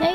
哎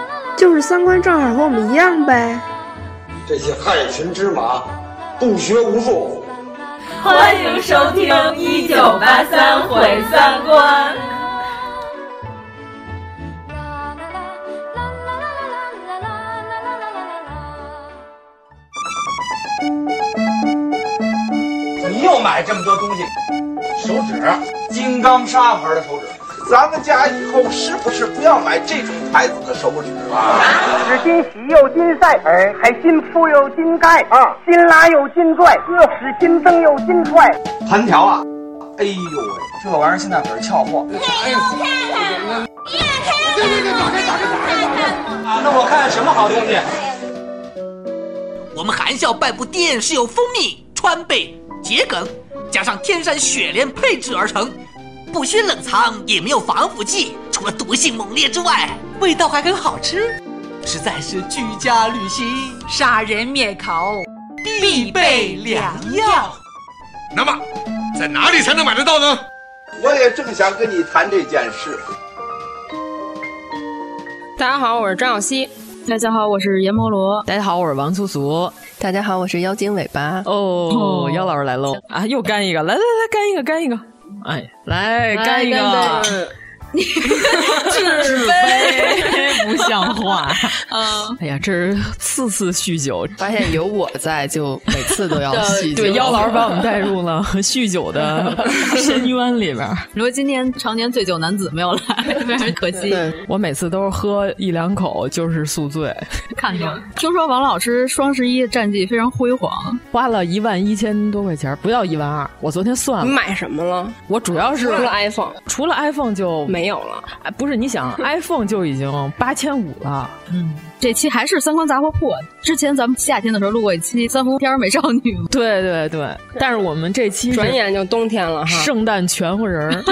就是三观正好和我们一样呗。这些害群之马，不学无术。欢迎收听《一九八三毁三观》。你又买这么多东西，手指，金刚砂牌的手指。咱们家以后是不是不要买这种牌子的手指了、啊？是金洗又金晒，哎，还金铺又金盖啊，金拉又金拽，又使金增又金踹。盘条啊，哎呦喂，这玩意儿现在可是俏货。哎呦，看看，你也看，对对对，打开打开打开打开。啊，那我看看什么好东西。我们含笑半步癫是由蜂蜜、川贝、桔梗，加上天山雪莲配制而成。不需冷藏，也没有防腐剂，除了毒性猛烈之外，味道还很好吃，实在是居家旅行、杀人灭口必备良药。那么，在哪里才能买得到呢？我也正想跟你谈这件事。大家好，我是张小希。大家好，我是阎摩罗。大家好，我是王素素。大家好，我是妖精尾巴。哦，妖老师来喽！啊，又干一个，来来来，干一个，干一个。哎，来干一个！你纸 杯不像话。嗯，哎呀，这是次次酗酒，发现有我在，就每次都要酗酒。 对，妖老师把我们带入了 酗 酒的深渊里边。你说今天常年醉酒男子没有来， 非常可惜。我每次都是喝一两口就是宿醉。看看，听说王老师双十一的战绩非常辉煌，花了一万一千多块钱，不到一万二。我昨天算了，你买什么了？我主要是除了 iPhone，除了 iPhone 就没有了。哎，不是，你想 iPhone 就已经八千五了。嗯，这期还是三观杂货铺。啊之前咱们夏天的时候录过一期三伏天美少女。 对对对，但是我们这期转眼就冬天了哈。圣诞全乎人儿，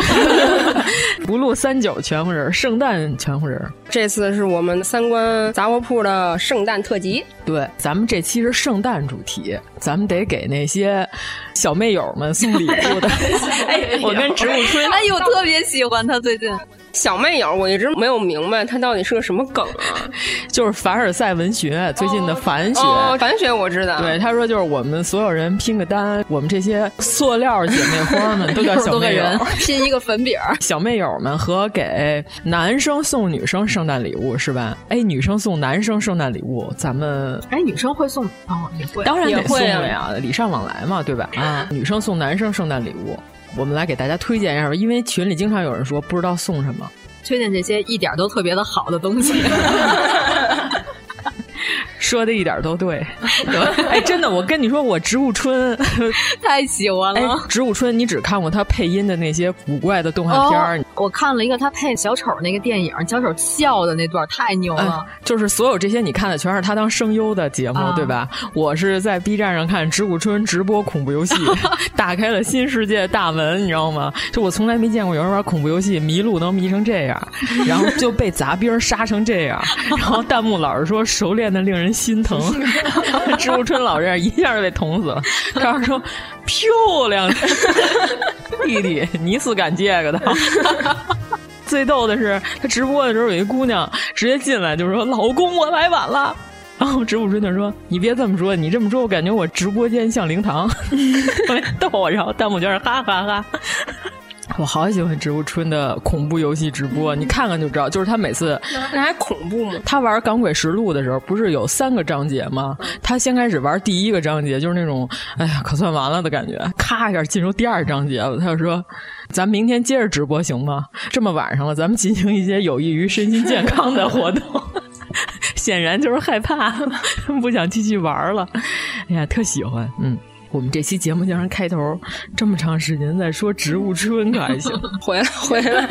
不录三九全乎人儿，圣诞全乎人儿。这次是我们三观杂货铺的圣诞特辑。对，咱们这期是圣诞主题，咱们得给那些小妹友们送礼物的。 哎，我跟植物 春，哎呦，特别喜欢他最近。小妹友，我一直没有明白他到底是个什么梗啊？就是凡尔赛文学最近的凡学，哦、 凡学我知道。对，他说就是我们所有人拼个单，我们这些塑料姐妹花们都叫小妹友，拼一个粉饼。小妹友们和给男生送女生圣诞礼物是吧？哎，女生送男生圣诞礼物，咱们哎，女生会送哦，也会，啊嗯当然得送了呀，礼尚往来嘛，对吧？啊，女生送男生圣诞礼物。我们来给大家推荐一下吧，因为群里经常有人说不知道送什么，推荐这些一点都特别的好的东西， 说的一点都 对。哎，真的，我跟你说，我植物春 太喜欢了。哎、植物春，你只看过他配音的那些古怪的动画片儿、哦？我看了一个他配小丑那个电影，小丑笑的那段太牛了、哎。就是所有这些你看的全是他当声优的节目，啊、对吧？我是在 B 站上看植物春直播恐怖游戏。打开了新世界大门，你知道吗？就我从来没见过有人玩恐怖游戏迷路能迷成这样，然后就被杂兵杀成这样。然后弹幕老是说熟练的令人心疼，植物春老这样一下就被捅死了。他说漂亮， 弟弟你是干这个的。最逗的是他直播的时候有一姑娘直接进来就说：“老公，我来晚了。”然后植物春就说：“你别这么说，你这么说，我感觉我直播间像灵堂， 逗我。”然后弹幕就是哈哈哈。 我好喜欢植物春的恐怖游戏直播，你看看就知道。就是他每次那还恐怖吗？他玩《港诡实录》的时候，不是有三个章节吗？他先开始玩第一个章节，就是那种哎呀可算完了的感觉，咔一下进入第二章节了。他就说：“咱明天接着直播行吗？这么晚上了，咱们进行一些有益于身心健康的活动。” 显然就是害怕， 不想继续玩了。哎呀，特喜欢，嗯。我们这期节目竟然开头这么长时间在说植物春，可还行？回来回来，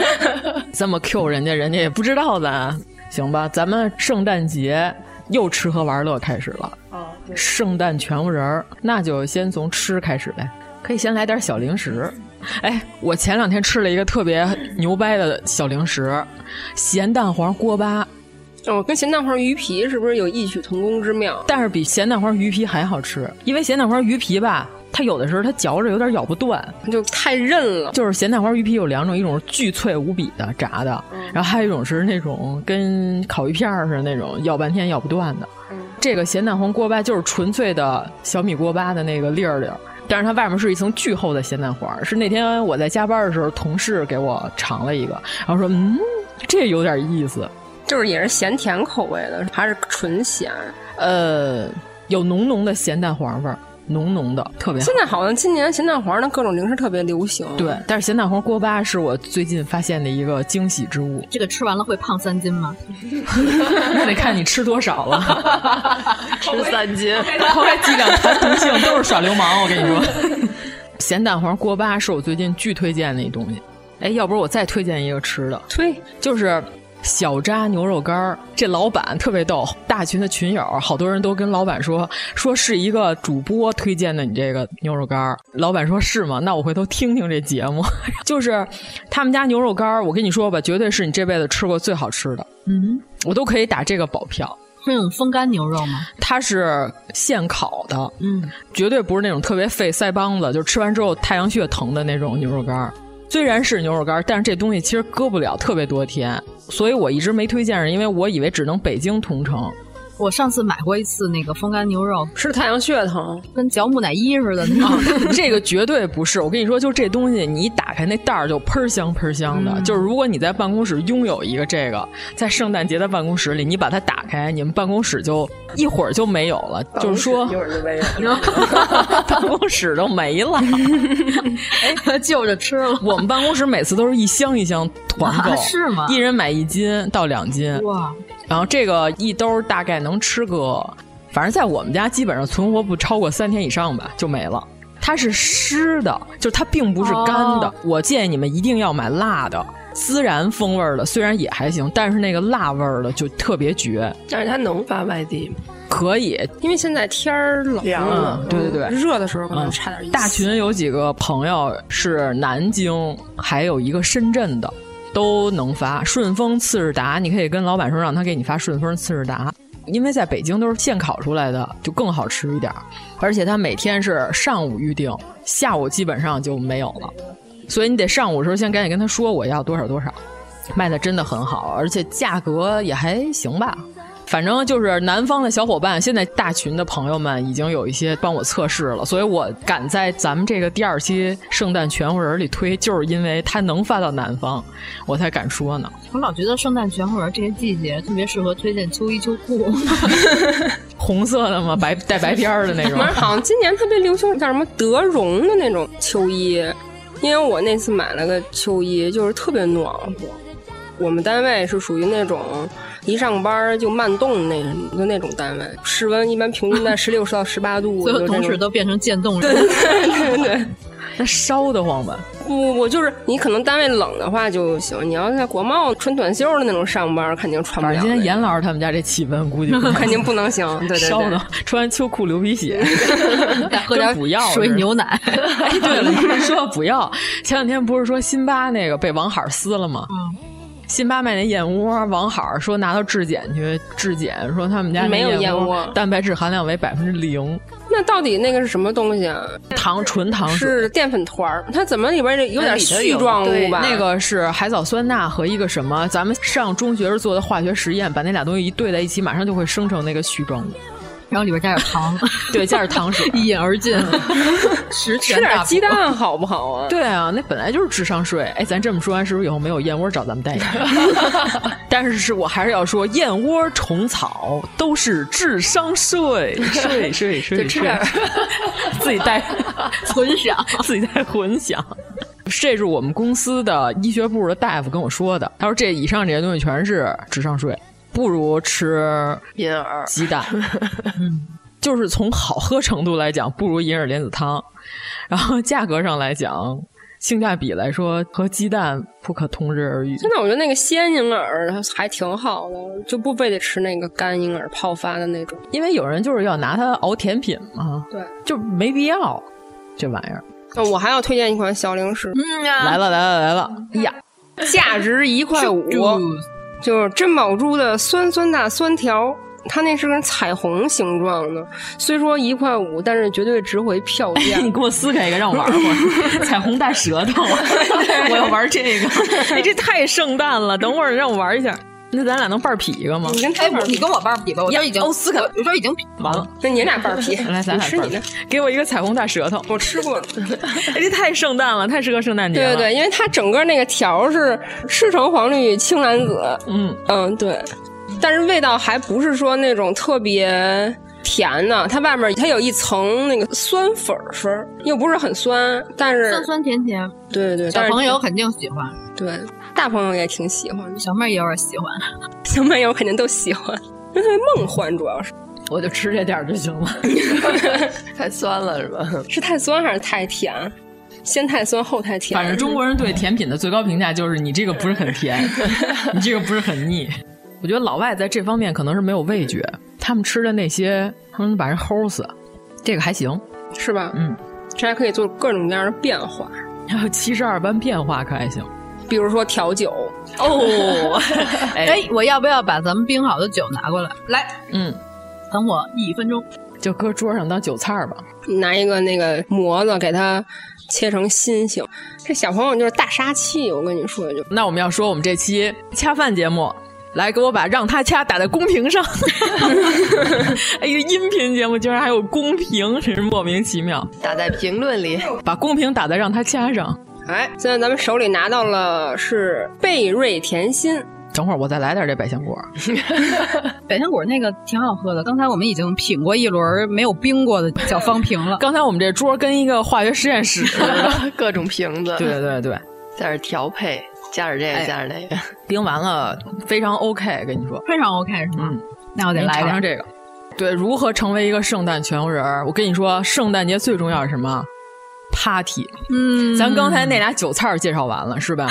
这么 Q 人家，人家也不知道咱。行吧，咱们圣诞节又吃喝玩乐开始了。哦，对，圣诞全无人儿，那就先从吃开始呗，可以先来点小零食。哎，我前两天吃了一个特别牛掰的小零食，咸蛋黄锅巴。哦，跟咸蛋黄鱼皮是不是有异曲同工之妙？但是比咸蛋黄鱼皮还好吃，因为咸蛋黄鱼皮吧，它有的时候它嚼着有点咬不断，就太韧了。就是咸蛋黄鱼皮有两种，一种是巨脆无比的炸的，然后还有一种是那种跟烤鱼片儿似的那种，咬半天咬不断的。这个咸蛋黄锅巴就是纯粹的小米锅巴的那个粒儿粒儿，但是它外面是一层巨厚的咸蛋黄。是那天我在加班的时候，同事给我尝了一个，然后说：“嗯，这有点意思。”就是也是咸甜口味的，还是纯咸？呃，有浓浓的咸蛋黄味儿，浓浓的，特别好现。在好像今年咸蛋黄的各种零食特别流行。对，但是咸蛋黄锅巴是我最近发现的一个惊喜之物。这个吃完了会胖三斤吗？ 那得看你吃多少了， 吃三斤，抛开剂量谈毒性，都是耍流氓。我跟你说， 咸蛋黄锅巴是我最近巨推荐的一东西。哎，要不是我再推荐一个吃的，推就是小扎牛肉干儿。这老板特别逗，大群的群友好多人都跟老板说，说是一个主播推荐的你这个牛肉干儿。老板说是吗？那我回头听听这节目。 就是他们家牛肉干儿，我跟你说吧，绝对是你这辈子吃过最好吃的。嗯，我都可以打这个保票。是那种嗯风干牛肉吗？它是现烤的，嗯，绝对不是那种特别费腮帮子，就吃完之后太阳穴疼的那种牛肉干儿。虽然是牛肉干儿，但是这东西其实搁不了特别多天，所以我一直没推荐，是因为我以为只能北京同城。我上次买过一次那个风干牛肉，是太阳穴疼，跟嚼木乃伊似 的那种。 这个绝对不是，我跟你说，就这东西，你一打开那袋儿就喷香喷香嗯的。就是如果你在办公室拥有一个这个，在圣诞节的办公室里，你把它打开，你们办公室就一会儿就没有了，就是说一会儿就没有 了。办公室都没了，哎 就着吃了。我们办公室每次都是一箱一箱团购，啊是吗一人买一斤到两嗯斤，哇！然后这个一兜大概能吃个，反正在我们家基本上存活不超过三天以上吧，就没了。它是湿的，就是它并不是干的。哦我建议你们一定要买辣的，孜然风味儿的虽然也还行，但是那个辣味儿的就特别绝。但是它能发外地吗？可以，因为现在天儿冷了嗯，对对对热的时候可能差点意思。大群有几个朋友是南京，还有一个深圳的，都能发顺丰次日达。你可以跟老板说，让他给你发顺丰次日达，因为在北京都是现烤出来的，就更好吃一点儿。而且他每天是上午预定，下午基本上就没有了，所以你得上午的时候先赶紧跟他说我要多少多少。卖的真的很好，而且价格也还行吧。反正就是南方的小伙伴，现在大群的朋友们已经有一些帮我测试了，所以我敢在咱们这个第二期圣诞全乎人里推，就是因为它能发到南方，我才敢说 呢。我老觉得圣诞全或者这些季节特别适合推荐秋衣秋 裤，红色的嘛，白带白边儿的 那种反。正好像今年特别流行叫什么德绒的那种秋衣，因为我那次买了个秋衣，就是特别暖和。我们单位是属于那种一上班就慢动那的那种单位，室温一般平 均在十六到十八度，所有就这种同事都变成渐冻对 人。对对对。那烧得慌吧？不不，就是你可能单位冷的话就行，你要在国贸穿短袖的那种上班，肯定穿不反正了今天的，严老师他们家这气温估计不 肯定不能 行。对对烧对的，，穿秋裤流鼻 血，再喝点跟补药似的水牛奶，哎， 对了，你们 说不要。前两天不是说辛巴那个被王海撕了吗？嗯辛巴卖那燕窝，王海说拿到质检去质检，说他们家那没有燕燕窝蛋白质含量为百分之零，那到底那个是什么东西啊？糖纯糖水是淀粉团儿，它怎么里边儿哎有点絮状物吧？那个是海藻酸钠和一个什么，咱们上中学时候做的化学实验，把那俩东西一对在一起，马上就会生成那个絮状物。然后里边加点糖，，对，加 点糖水一饮而尽，十吃全点大补鸡。蛋好不好 啊？对啊，那本来就是智商税。哎，咱这么说完，是不是以后没有燕窝找咱们代 言？ 但是是我还是要说，燕窝、虫草都是智商 税，税税税就吃点税儿， 自己带混响， 自己带混响。这是我们公司的医学部的大夫跟我说的，他说这以上这些东西全是智商税，不如吃银耳鸡 蛋，嗯就是从好喝程度来讲，不如银耳莲子汤。然后价格上来讲，性价比来说，和鸡蛋不可同日而语。真的，我觉得那个鲜银耳还挺好的，就不非得吃那个干银耳泡发的那种。因为有人就是要拿它熬甜品嘛，对，就没必要这玩意儿。那我还要推荐一款小零食，嗯啊、来了来了来了，呀，价值一块五，就是珍宝珠的酸酸大酸条。它那是跟彩虹形状的，虽说一块五，但是绝对值回票价。哎、你给我撕开一个，让我玩会 儿。彩虹大舌头，我要玩这个。哎，这太圣诞了，等会儿让我玩一下。那咱俩能半劈一个吗？你跟他、哎，你跟我半劈吧，我这已经哦撕开了，我这已经嗯完了。那你俩半劈，来咱俩吃你的，给我一个彩虹大舌头，我吃过。哎，这太圣诞了，太适合圣诞节了。对对对，因为它整个那个条是赤橙黄绿青蓝紫。嗯嗯，对。但是味道还不是说那种特别甜的，它外面它有一层那个酸粉粉，又不是很酸，但是酸酸甜甜。对对，小朋友肯定喜欢，对，大朋友也挺喜欢的，小妹也有点喜欢，小妹友肯定都喜欢，因为特别梦幻，主要是。 我就吃这点就行 了，太酸了是吧？是太酸还是太甜？先太酸后太甜。反正中国人对甜品的最高评价就是你这个不是很甜，你这个不是很腻。我觉得老外在这方面可能是没有味觉，他们吃的那些，他们把人齁死，这个还行，是吧？嗯，这还可以做各种各样的变化，还有七十二般变化，可还行？比如说调酒哦，哎，我要不要把咱们冰好的酒拿过来？来，嗯，等我一分钟，就搁桌上当酒菜吧。拿一个那个模子给它。切成心形，这小朋友就是大杀器，我跟你说 就。那我们要说我们这期恰饭节目。来，给我把让他掐打在公屏上。 哎呀，音频节目居然还有公屏，真是莫名其妙。打在评论里，把公屏打在让他掐上。哎，现在咱们手里拿到了是贝瑞甜 心。等会儿我再来点这百香果。百香果那个挺好喝的，刚才我们已经品过一轮没有冰过的小方瓶 了。刚才我们这桌跟一个化学实验室似的，各种瓶子。 对对对，在这调配。加点这哎个，加点那个，冰完了非常 OK，跟你说，非常 OK 是吗？嗯，那我得来尝尝这个。对，如何成为一个圣诞全人儿？我跟你说，圣诞节最重要是什么？Party。嗯，咱刚才那俩韭菜介绍完了是吧？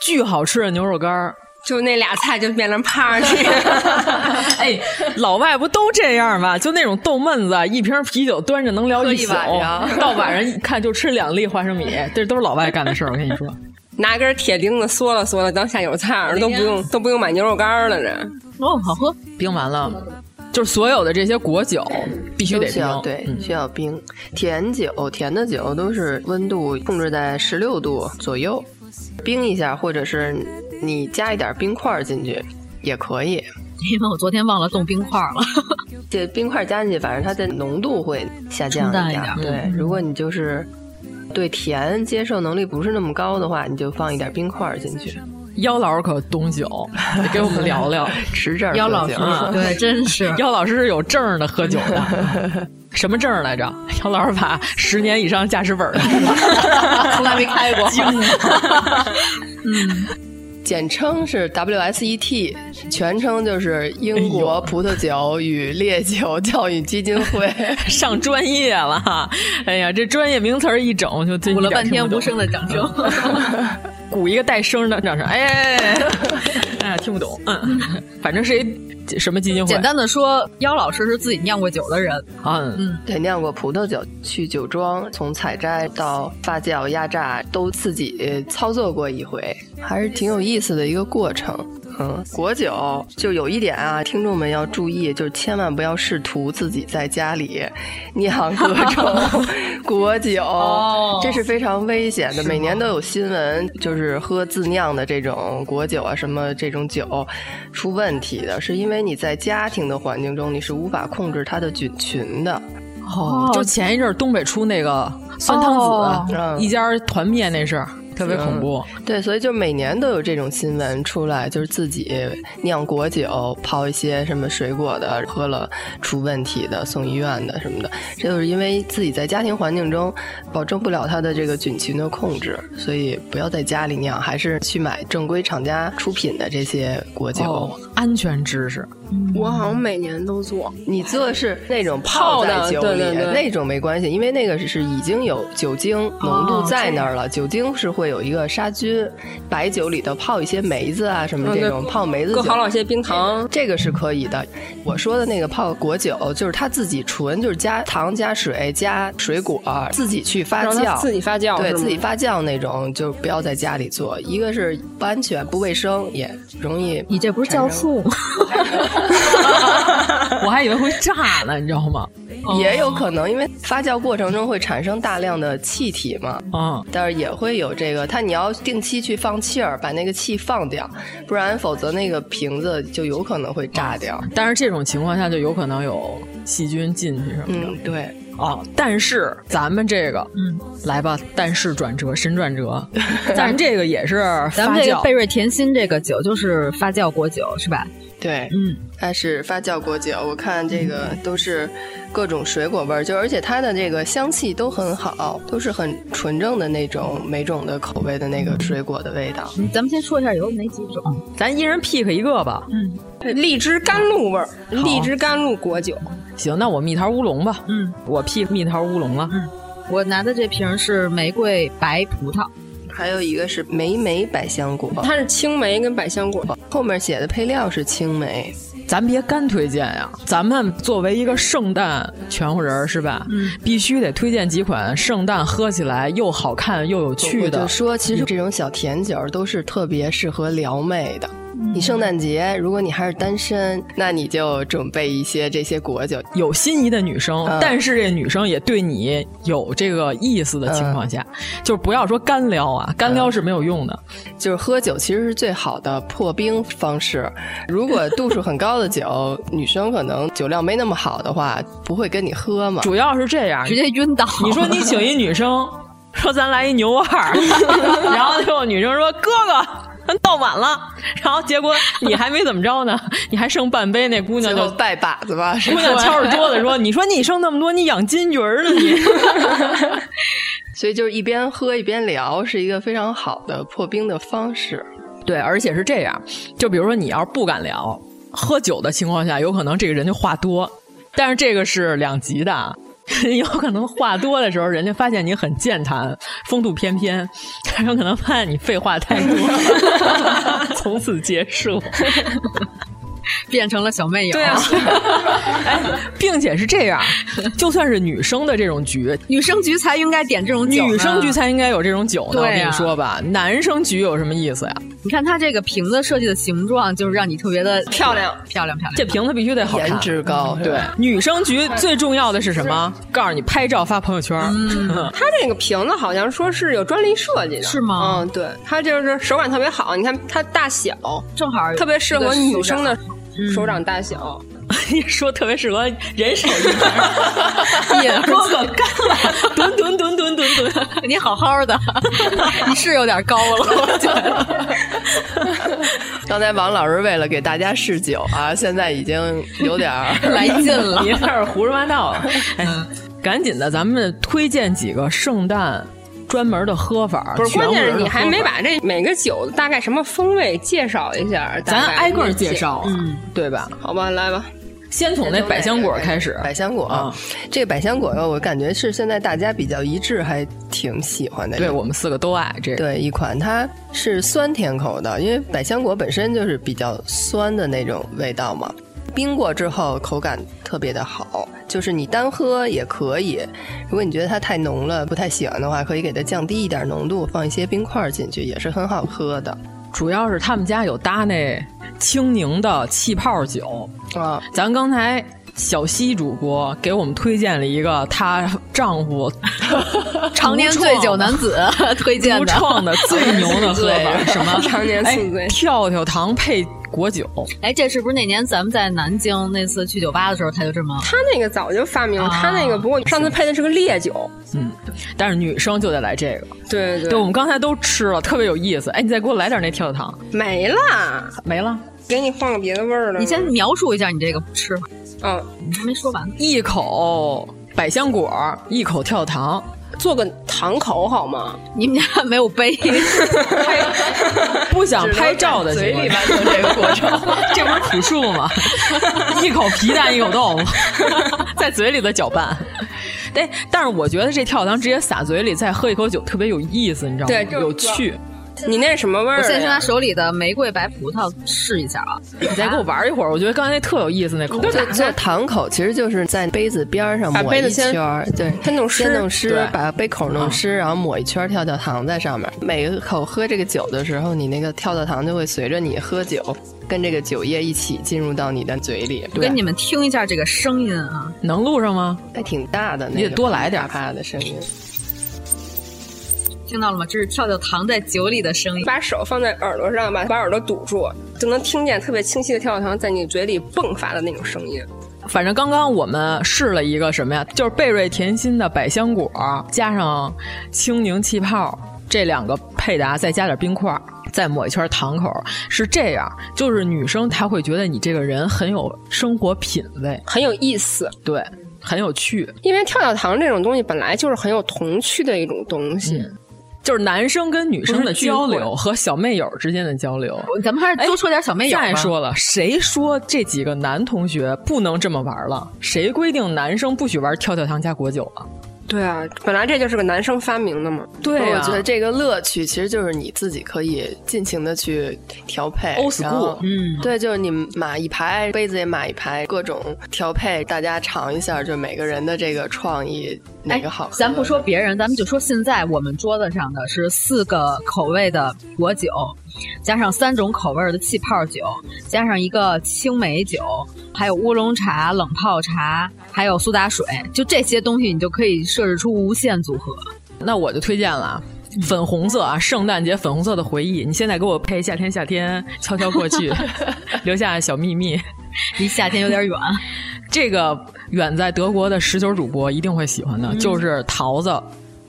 巨好吃的牛肉干儿，就那俩菜就变成 party。 哎，老外不都这样吗？就那种逗闷子，啊一瓶啤酒端着能聊一宿，晚到晚上一看就吃两粒花生米，这都是老外干的事儿。我跟你说。拿根铁钉子嗦了嗦了，当下酒菜都不用都不用买牛肉干了，这哦好喝。 冰完了，嗯就是所有的这些果酒必须得需要对、嗯、需要冰，甜酒甜的酒都是温度控制在十六度左右，冰一下或者是你加一点冰块进去也可以。因为我昨天忘了冻冰块 了，这冰块加进去，反正它的浓度会下降一点。嗯一点对，如果你就是。对甜接受能力不是那么高的话，你就放一点冰块进去。妖老师可懂酒，给我们 聊聊持证。妖老师、啊、对，真 是妖老师是有证的喝酒 的，什么证来着？妖老师把十年以上驾 驶本，从来没开 过。嗯，简称是 WSET，全称就是英哎国葡萄酒与烈酒教育基金会。 上专业了，哎呀，这专业名词一整就鼓了半天无声的掌声， 鼓一个带声的掌声，哎，哎呀，听不懂， 嗯，反正是一什么基金 会。简单的说，妖老师是自己酿过酒的人啊，嗯，对，酿过葡萄酒，去酒庄从采摘到发酵、压榨都自己操作过一回，还是挺有意思的一个过程。嗯，果酒就有一点啊，听众们要注意，就是千万不要试图自己在家里酿各种果酒，哦哦这是非常危险的。每年都有新闻，就是喝自酿的这种果酒啊，什么这种酒出问题的，是因为你在家庭的环境中你是无法控制它的菌群的。哦，就前一阵东北出那个酸汤子、哦、一家团灭那事儿。特别恐怖、嗯。对，所以就每年都有这种新闻出来，就是自己酿果酒，泡一些什么水果的，喝了出问题的，送医院的什么的。这就是因为自己在家庭环境中保证不了它的这个菌群的控制，所以不要在家里酿，还是去买正规厂家出品的这些果酒。哦、安全知识，我好像每年都做。你做的是那种泡在酒里那种没关系，因为那个是已经有酒精浓度在那啊儿了，哦、酒精是会有一个杀菌。白酒里头泡一些梅子啊什么这种、哦、泡梅子嗯酒，好老些冰糖，这个是可以的。我说的那个泡果酒，就是他自己纯就是加糖加水加水果、啊、自己去发酵，自己发酵，对自己发酵那种就不要在家里做，一个是不安全不卫生，也容 易。你这不是酵素 吗？我还以为会炸呢，你知道吗？也哦有可能，因为发酵过程中会产生大量的气体嘛。嗯，但是也会有这个，它你要定期去放气儿，把那个气放掉，不然否则那个瓶子就有可能会哦炸掉。嗯、但是这种情况下就有可能有细菌进去什么的。嗯，对。哦，但是咱们这个，嗯，来吧，但是转折，神转折，咱这个也是咱们这个贝瑞甜心这个酒就是发酵果酒是吧？对，嗯，它是发酵果酒，我看这个嗯都是各种水果味儿，就而且它的这个香气都很好，都是很纯正的那种每种的口味的那个水果的味道。嗯、咱们先说一下有哪几种，咱一人 pick 一个吧。嗯，荔枝甘露味儿，荔枝甘露果酒。行，那我蜜桃乌龙吧。嗯，我 pick 蜜桃乌龙了。嗯，我拿的这瓶是玫瑰白葡萄。还有一个是莓莓百香果，它是青梅跟百香果，后面写的配料是青梅。咱别干推荐呀、啊，咱们作为一个圣诞全乎人是吧？嗯，必须得推荐几款圣诞喝起来又好看又有趣的。我就说，其实这种小甜酒都是特别适合撩妹的。嗯你圣诞节，如果你还是单身，那你就准备一些这些果酒。有心仪的女生，嗯、但是这女生也对你有这个意思的情况下，嗯、就是不要说干撩啊，干撩是没有用的。嗯、就是喝酒其实是最好的破冰方式。如果度数很高的酒，女生可能酒量没那么好的话，不会跟你喝嘛。主要是这样，直接晕倒。 你说你请一女生，说咱来一牛二，然后就女生说哥哥。到晚了，然后结果你还没怎么着呢，你还剩半杯，那姑娘就拜把子吧。姑娘敲着桌子 说：“你说你剩那么多，你养金鱼呢你？” 所以就是一边喝一边聊，是一个非常好的破冰的方式。对，而且是这样，就比如说你要是不敢聊，喝酒的情况下，有可能这个人就话多，但是这个是两极的。 有可能话多的时候，人家发现你很健谈、风度翩翩；但有可能发现你废话太多， 从此结束， 变成了小妹友。对 啊，哎，并且是这样，就算是女生的这种局，女生局才应该点这种酒，女生局才应该有这种酒呢。对啊、我跟你说吧，男生局有什么意思呀？你看它这个瓶子设计的形状，就是让你特别的漂亮，漂亮，漂亮。这瓶子必须得好看，颜值高。哎对，女生局最重要的是什么？告诉你，拍照发朋友圈。 嗯，它这个瓶子好像说是有专利设计的，是吗？嗯，对，它就是手感特别好。你看它大小正好，特别适合女生嗯的手掌大小。你说特别适合人手一瓶，也哥哥干了，吨吨吨吨吨吨，你好好的， 你是有点高了， 我觉得。 刚才王老师为了给大家试酒啊，现在已经有点 来劲了，别在这胡说八道了。哎，赶紧的，咱们推荐几个圣诞。专门的喝法，不是关键是你还没把这每个酒大概什么风味介绍一下，咱挨个介绍、啊，嗯，对吧？好吧，来吧，先从那百香果开始。嗯百香果，啊、这个百香果我感觉是现在大家比较一致，还挺喜欢的。对我们四个都爱这个。对，一款它是酸甜口的，因为百香果本身就是比较酸的那种味道嘛。冰过之后口感特别的好，就是你单喝也可以。如果你觉得它太浓了，不太喜欢的话，可以给它降低一点浓度，放一些冰块进去，也是很好喝的。主要是他们家有搭那青柠的气泡酒啊，咱刚才。小西主播给我们推荐了一个她丈夫 常年醉酒男子 推荐 的，独创的最牛的喝法，什么常年宿醉、哎、跳跳糖配果酒。哎，这是不是那年咱们在南京那次去酒吧的时候，他就这么？他那个早就发明了，他那个不过上次配的是个烈酒。嗯，但是女生就得来这个。对对对，我们刚才都吃了，特别有意思。哎，你再给我来点那跳跳糖。没了，没了。给你换个别的味儿的。你先描述一下你这个吃法。嗯、哦，没说完。一口百香果，一口跳糖。做个堂口好吗？你们家没有杯，不想拍照的嘴里完成 这个过程，这不是朴 树吗？一口皮蛋，一口豆腐，在嘴里的搅拌。对，但是我觉得这跳糖直接撒嘴里，再喝一口酒，特别有意思，你知道吗？对，有趣。你那什么味儿？我先从他手里的玫瑰白葡萄试一下啊！你再给我玩一会儿，我觉得刚才那特有意思，那口。做糖口其实就是在杯子边上抹一圈，对，先弄湿，先弄湿，把杯口弄湿，嗯、然后抹一圈跳跳糖在上面。每一口喝这个酒的时候，你那个跳跳糖就会随着你喝酒，跟这个酒液一起进入到你的嘴里。我跟你们听一下这个声音啊，能录上吗？还挺大的，你得多来点啪的声音。听到了吗？这是跳跳糖在酒里的声音。把手放在耳朵上吧，把耳朵堵住，就能听见特别清晰的跳跳糖在你嘴里迸发的那种声音。反正刚刚我们试了一个什么呀？就是贝瑞甜心的百香果，加上青柠气泡这两个配搭，再加点冰块，再抹一圈糖口，是这样。就是女生她会觉得你这个人很有生活品味，很有意思。对。很有趣，因为跳跳糖这种东西本来就是很有童趣的一种东西。嗯就是男生跟女生的交流和小妹友之间的交流，咱们还哎是多说点小妹友。再说了，谁说这几个男同学不能这么玩了？谁规定男生不许玩跳跳糖加果酒啊？对啊，本来这就是个男生发明的嘛。对、啊，我觉得这个乐趣其实就是你自己可以尽情的去调配。 Old school，嗯，对，就是你码一排杯子也码一排，各种调配，大家尝一下，就每个人的这个创意哪个好、哎。咱不说别人，咱们就说现在我们桌子上的是四个口味的果酒，加上三种口味的气泡酒，加上一个青梅酒，还有乌龙茶、冷泡茶，还有苏打水，就这些东西你就可以。设置出无限组合，那我就推荐了啊粉红色啊，圣诞节粉红色的回忆。你现在给我配夏天，夏天悄悄过 去，留下小秘密，离夏天有点远。这个远在德国的十九主播一定会喜欢的，嗯、就是桃子，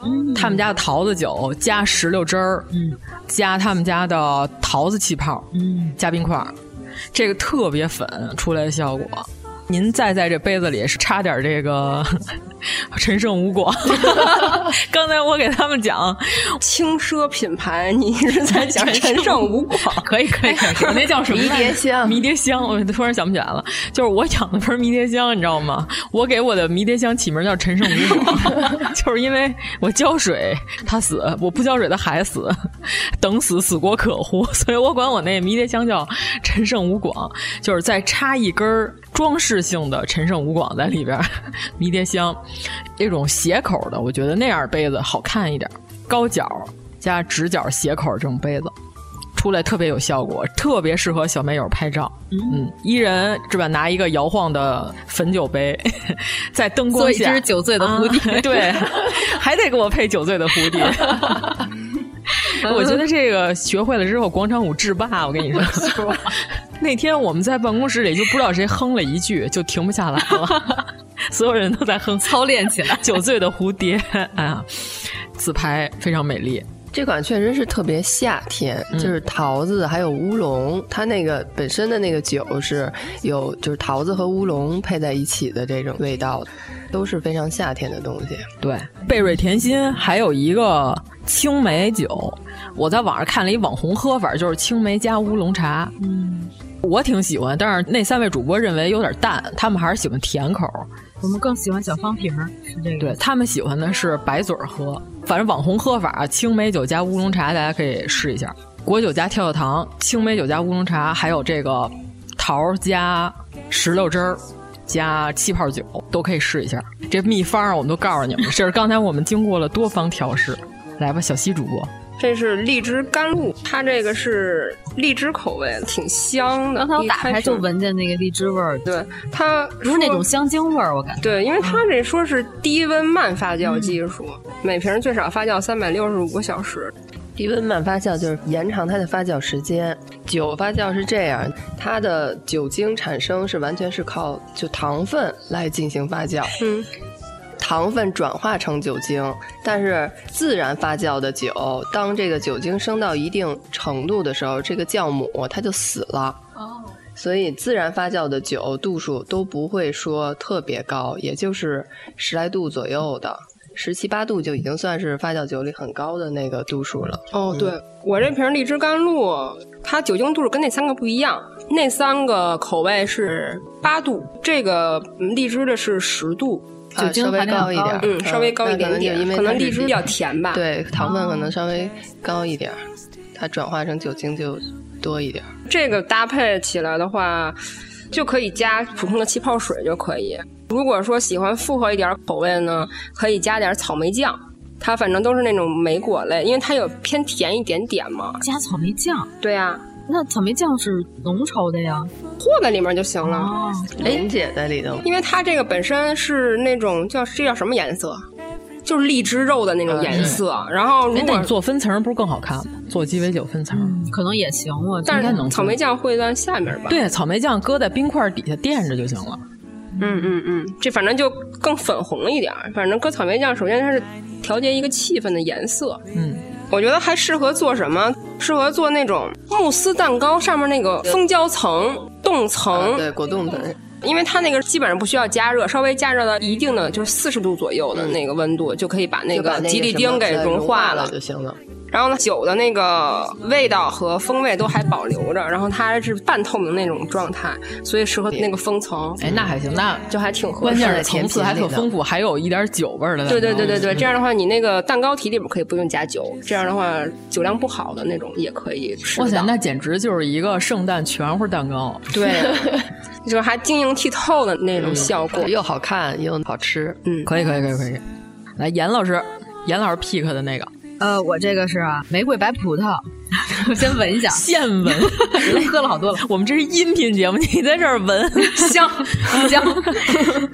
嗯、他们家的桃子酒加石榴汁儿，嗯、嗯加他们家的桃子气泡，加冰块，这个特别粉出来的效果。您再在这杯子里是差点这个 陈胜吴 广。刚才我给他们讲轻奢品牌，你是在讲陈胜吴广？可以可以可以， 我那叫什么？迷迭香。迷迭香，我突然想不起来了。就是我养了盆迷迭香，你知道吗？我给我的迷迭香起名叫陈胜吴 广，就是因为我浇水它死，我不浇水它还死，等死死国可乎？ 所以我管我那迷迭香叫陈胜吴广，就是再插一根儿。装饰性的陈胜吴广在里边，迷迭香，这种斜口的，我觉得那样杯子好看一点，高脚加直角斜口这种杯子，出来特别有效果，特别适合小妹友拍照。嗯,嗯，一人是吧？拿一个摇晃的汾酒杯， 在灯 光下，做一只酒 醉的蝴蝶、啊，对，还得给我配酒醉的蝴 蝶。我觉得这个学会了之后，广场舞制霸，我跟你 说。那天我们在办公室里就不知道谁哼了一句，就停不下来了， 所有人都在哼，操练起来。酒醉的蝴蝶，哎呀，自拍非常美丽。 这款确实是特别夏天，嗯、就是桃子还有乌龙，它那个本身的那个酒是有就是桃子和乌龙配在一起的这种味道，都是非常夏天的东西。对，贝瑞甜心还有一个青梅酒，我在网上看了一网红喝法，就是青梅加乌龙茶。嗯。我挺喜欢，但是那三位主播认为有点淡，他们还是喜欢甜口。我们更喜欢小方瓶，是这个。对他们喜欢的是白嘴儿喝，反正网红喝法，青梅酒加乌龙茶，大家可以试一下。果酒加跳跳糖，青梅酒加乌龙茶，还有这个桃加石榴汁儿。加气泡酒都可以试一下，这秘方我们都告诉你们。这是刚才我们经过了多方调试，来吧，小西主播。这是荔枝甘露，它这个是荔枝口味，挺香的。刚才我打开就闻见那个荔枝味儿，对它不是那种香精味儿，我感觉。对，因为它这说是低温慢发酵技术，嗯、每瓶最少发酵三百六十五个小时。低温慢发酵就是延长它的发酵时间。酒发酵是这样，它的酒精产生是完全是靠就糖分来进行发酵。嗯。糖分转化成酒精，但是自然发酵的酒，当这个酒精升到一定程度的时候，这个酵母它就死了。哦，所以自然发酵的酒度数都不会说特别高，也就是十来度左右的，十七八度就已经算是发酵酒里很高的那个度数了。哦，对我这瓶荔枝甘露，它酒精度数跟那三个不一样，那三个口味是八度，这个嗯荔枝的是十度。啊稍微高一点，嗯，稍微高一点点，因为可它能是荔枝比较甜吧。对，糖分可能稍微高一点儿，它转化成酒精就多一点儿。这个搭配起来的话，就可以加普通的气泡水就可以。如果说喜欢复合一点口味呢，可以加点草莓酱。它反正都是那种莓果类，因为它有偏甜一点点嘛。加草莓酱，对呀、那草莓酱是浓稠的呀，和在里面就行了。哦溶解在里头，因为它这个本身是那种叫这叫什么颜色？就是荔枝肉的那种颜色。然后如哎，那果你做分层不是更好看吗？做鸡尾酒分层，嗯可能也行，我应该但能是做草莓酱会在下面吧？对，草莓酱搁在冰块底下垫着就行了。嗯嗯嗯，这反正就更粉红一点儿。反正搁草莓酱，首先它是调节一个气氛的颜色。嗯，我觉得还适合做什么？适合做那种慕斯蛋糕上面那个蜂胶层、冻层。对，果冻层。因为它那个基本上不需要加热，稍微加热到一定的就是四十度左右的那个温度，就可以把那就把个那吉利丁给融融化了就行了。然后呢，酒的那个味道和风味都还保留着，然后它是半透明那种状态，所以适合那个封层。哎，那还行，那就还挺合适的关键是层次还特丰富，还有一点酒味儿的。对对对对对，这样的话，你那个蛋糕体里边可以不用加酒，这样的话酒量不好的那种也可以吃哇到。塞，那简直就是一个圣诞全乎蛋糕。对， 就是还晶莹剔透的那嗯种效果，又好看又好吃。嗯，可以可以可以可以。来，严老师，严老师 pick 的那个呃，我这个是啊，玫瑰白葡萄， 我先闻一下，现闻，喝了好多了。我们这是音频节目，你在这儿闻香香，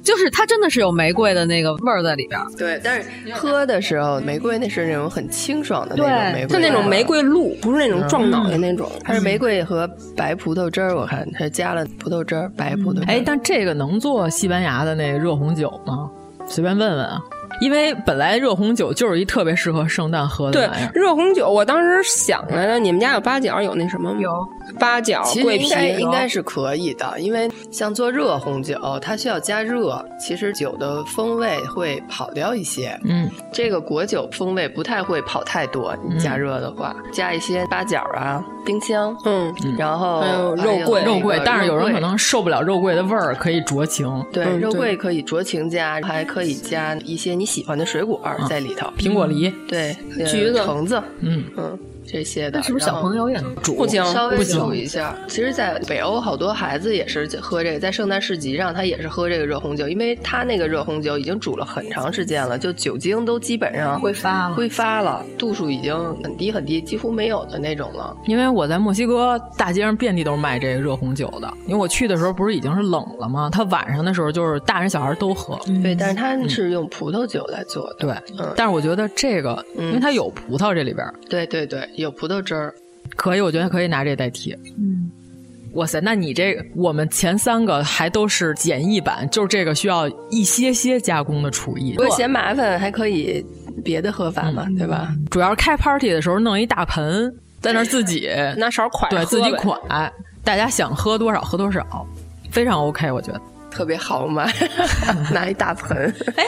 就是它真的是有玫瑰的那个味儿在里边儿。对，但是 喝的时候，玫瑰那是那种很清爽的那种玫瑰，就那种玫瑰露，不是那种撞脑袋那种。它是玫瑰和白葡萄汁儿，我看它加了葡萄汁儿、白葡萄汁儿。哎，但这个能做西班牙的那个热红酒吗？随便问问啊，因为本来热红酒就是一特别适合圣诞喝的对玩意儿，。热红酒，我当时想来着，你们家有八角有那什么吗？有八角、其实桂应皮，该哦应该是可以的，因为像做热红酒，它需要加热，其实酒的风味会跑掉一些。嗯，这个果酒风味不太会跑太多，你加嗯热的话，加一些八角啊、冰香，嗯，然后还还有有那个肉桂，但是有人肉可桂能受不了肉桂的味儿，可以酌情。对、肉桂可以酌情加，还可以加一些你喜欢的水果在里头，啊苹果、梨，对，呃橘子橙子，嗯嗯。这些的，那是不是小然后朋友也能煮不行，稍微不行煮一下。其实，在北欧好多孩子也是喝这个，在圣诞市集上他也是喝这个热红酒，因为他那个热红酒已经煮了很长时间了，就酒精都基本上挥发啊了，挥发了，度数已经很低很低，几乎没有的那种了。因为我在墨西哥大街上遍地都是卖这个热红酒的，因为我去的时候不是已经是冷了吗？它晚上的时候就是大人小孩都喝。对，但是它嗯是用葡萄酒来做的。对，嗯但是我觉得这个，嗯因为它有葡萄这里边儿，对对对，有葡萄汁儿。可以，我觉得可以拿这代替。嗯，哇塞，那你这个我们前三个还都是简易版，就是这个需要一些些加工的厨艺。如果嫌麻烦，还可以别的喝法嘛，对吧？主要是开 party 的时候弄一大盆，在那儿自 己拿勺㧟，对自己㧟㧟，大家想喝多少喝多少，非常 OK，我觉得。特别豪 迈，拿一大盆。哎，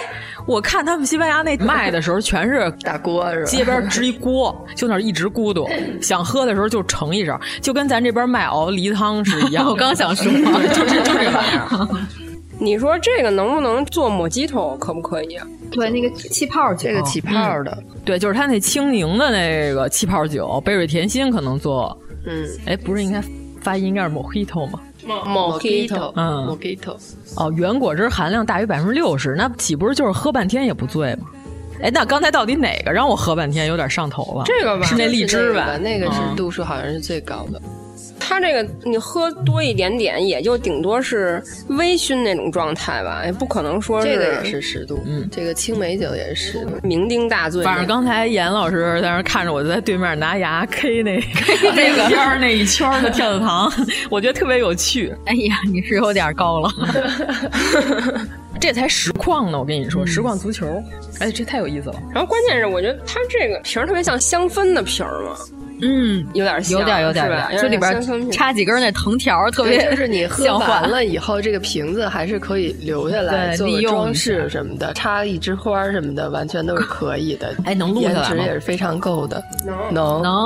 我看他们西班牙那卖的时候，全是大锅是吧？街边支一锅，就那儿一直咕嘟，想喝的时候就盛一勺，就跟咱这边卖熬梨汤是一样 的。我刚想说对 就这就这玩意儿。你说这个能不能做抹鸡头？可不可以啊？对，那个气泡酒，这个起泡的，对，就是它那青柠的那个气泡酒，贝瑞甜心可能做。嗯，哎，不是应该发音应该是 Mojito 吗？ mojito，嗯 mojito，哦，原果汁含量大于百分之六十，那岂不是就是喝半天也不醉吗？哎，那刚才到底哪个让啊我喝半天有点上头了？这个吧啊是那荔枝就是那个吧那个是嗯度数好像是最高的。它这个你喝多一点点，也就顶多是微醺那种状态吧，也不可能说这个也是十度，嗯，这个青梅酒也是酩酊大醉。反正刚才严老师在那看着我，在对面拿牙 K 那那个边那一圈的跳跳糖， 我觉得特别有趣。哎呀，你是有点高了。这才实况呢，我跟你说，实况足球，哎，这太有意思了。然后关键是，我觉得它这个瓶儿特别像香氛的瓶儿嘛，嗯，有点有点有点吧？就里边插几根那藤条，特别就是你喝完了以后，这个瓶子还是可以留下来做装饰什么的，插一枝花什么的，完全都是可以的。哎，能录下来颜值也是非常够的，能能。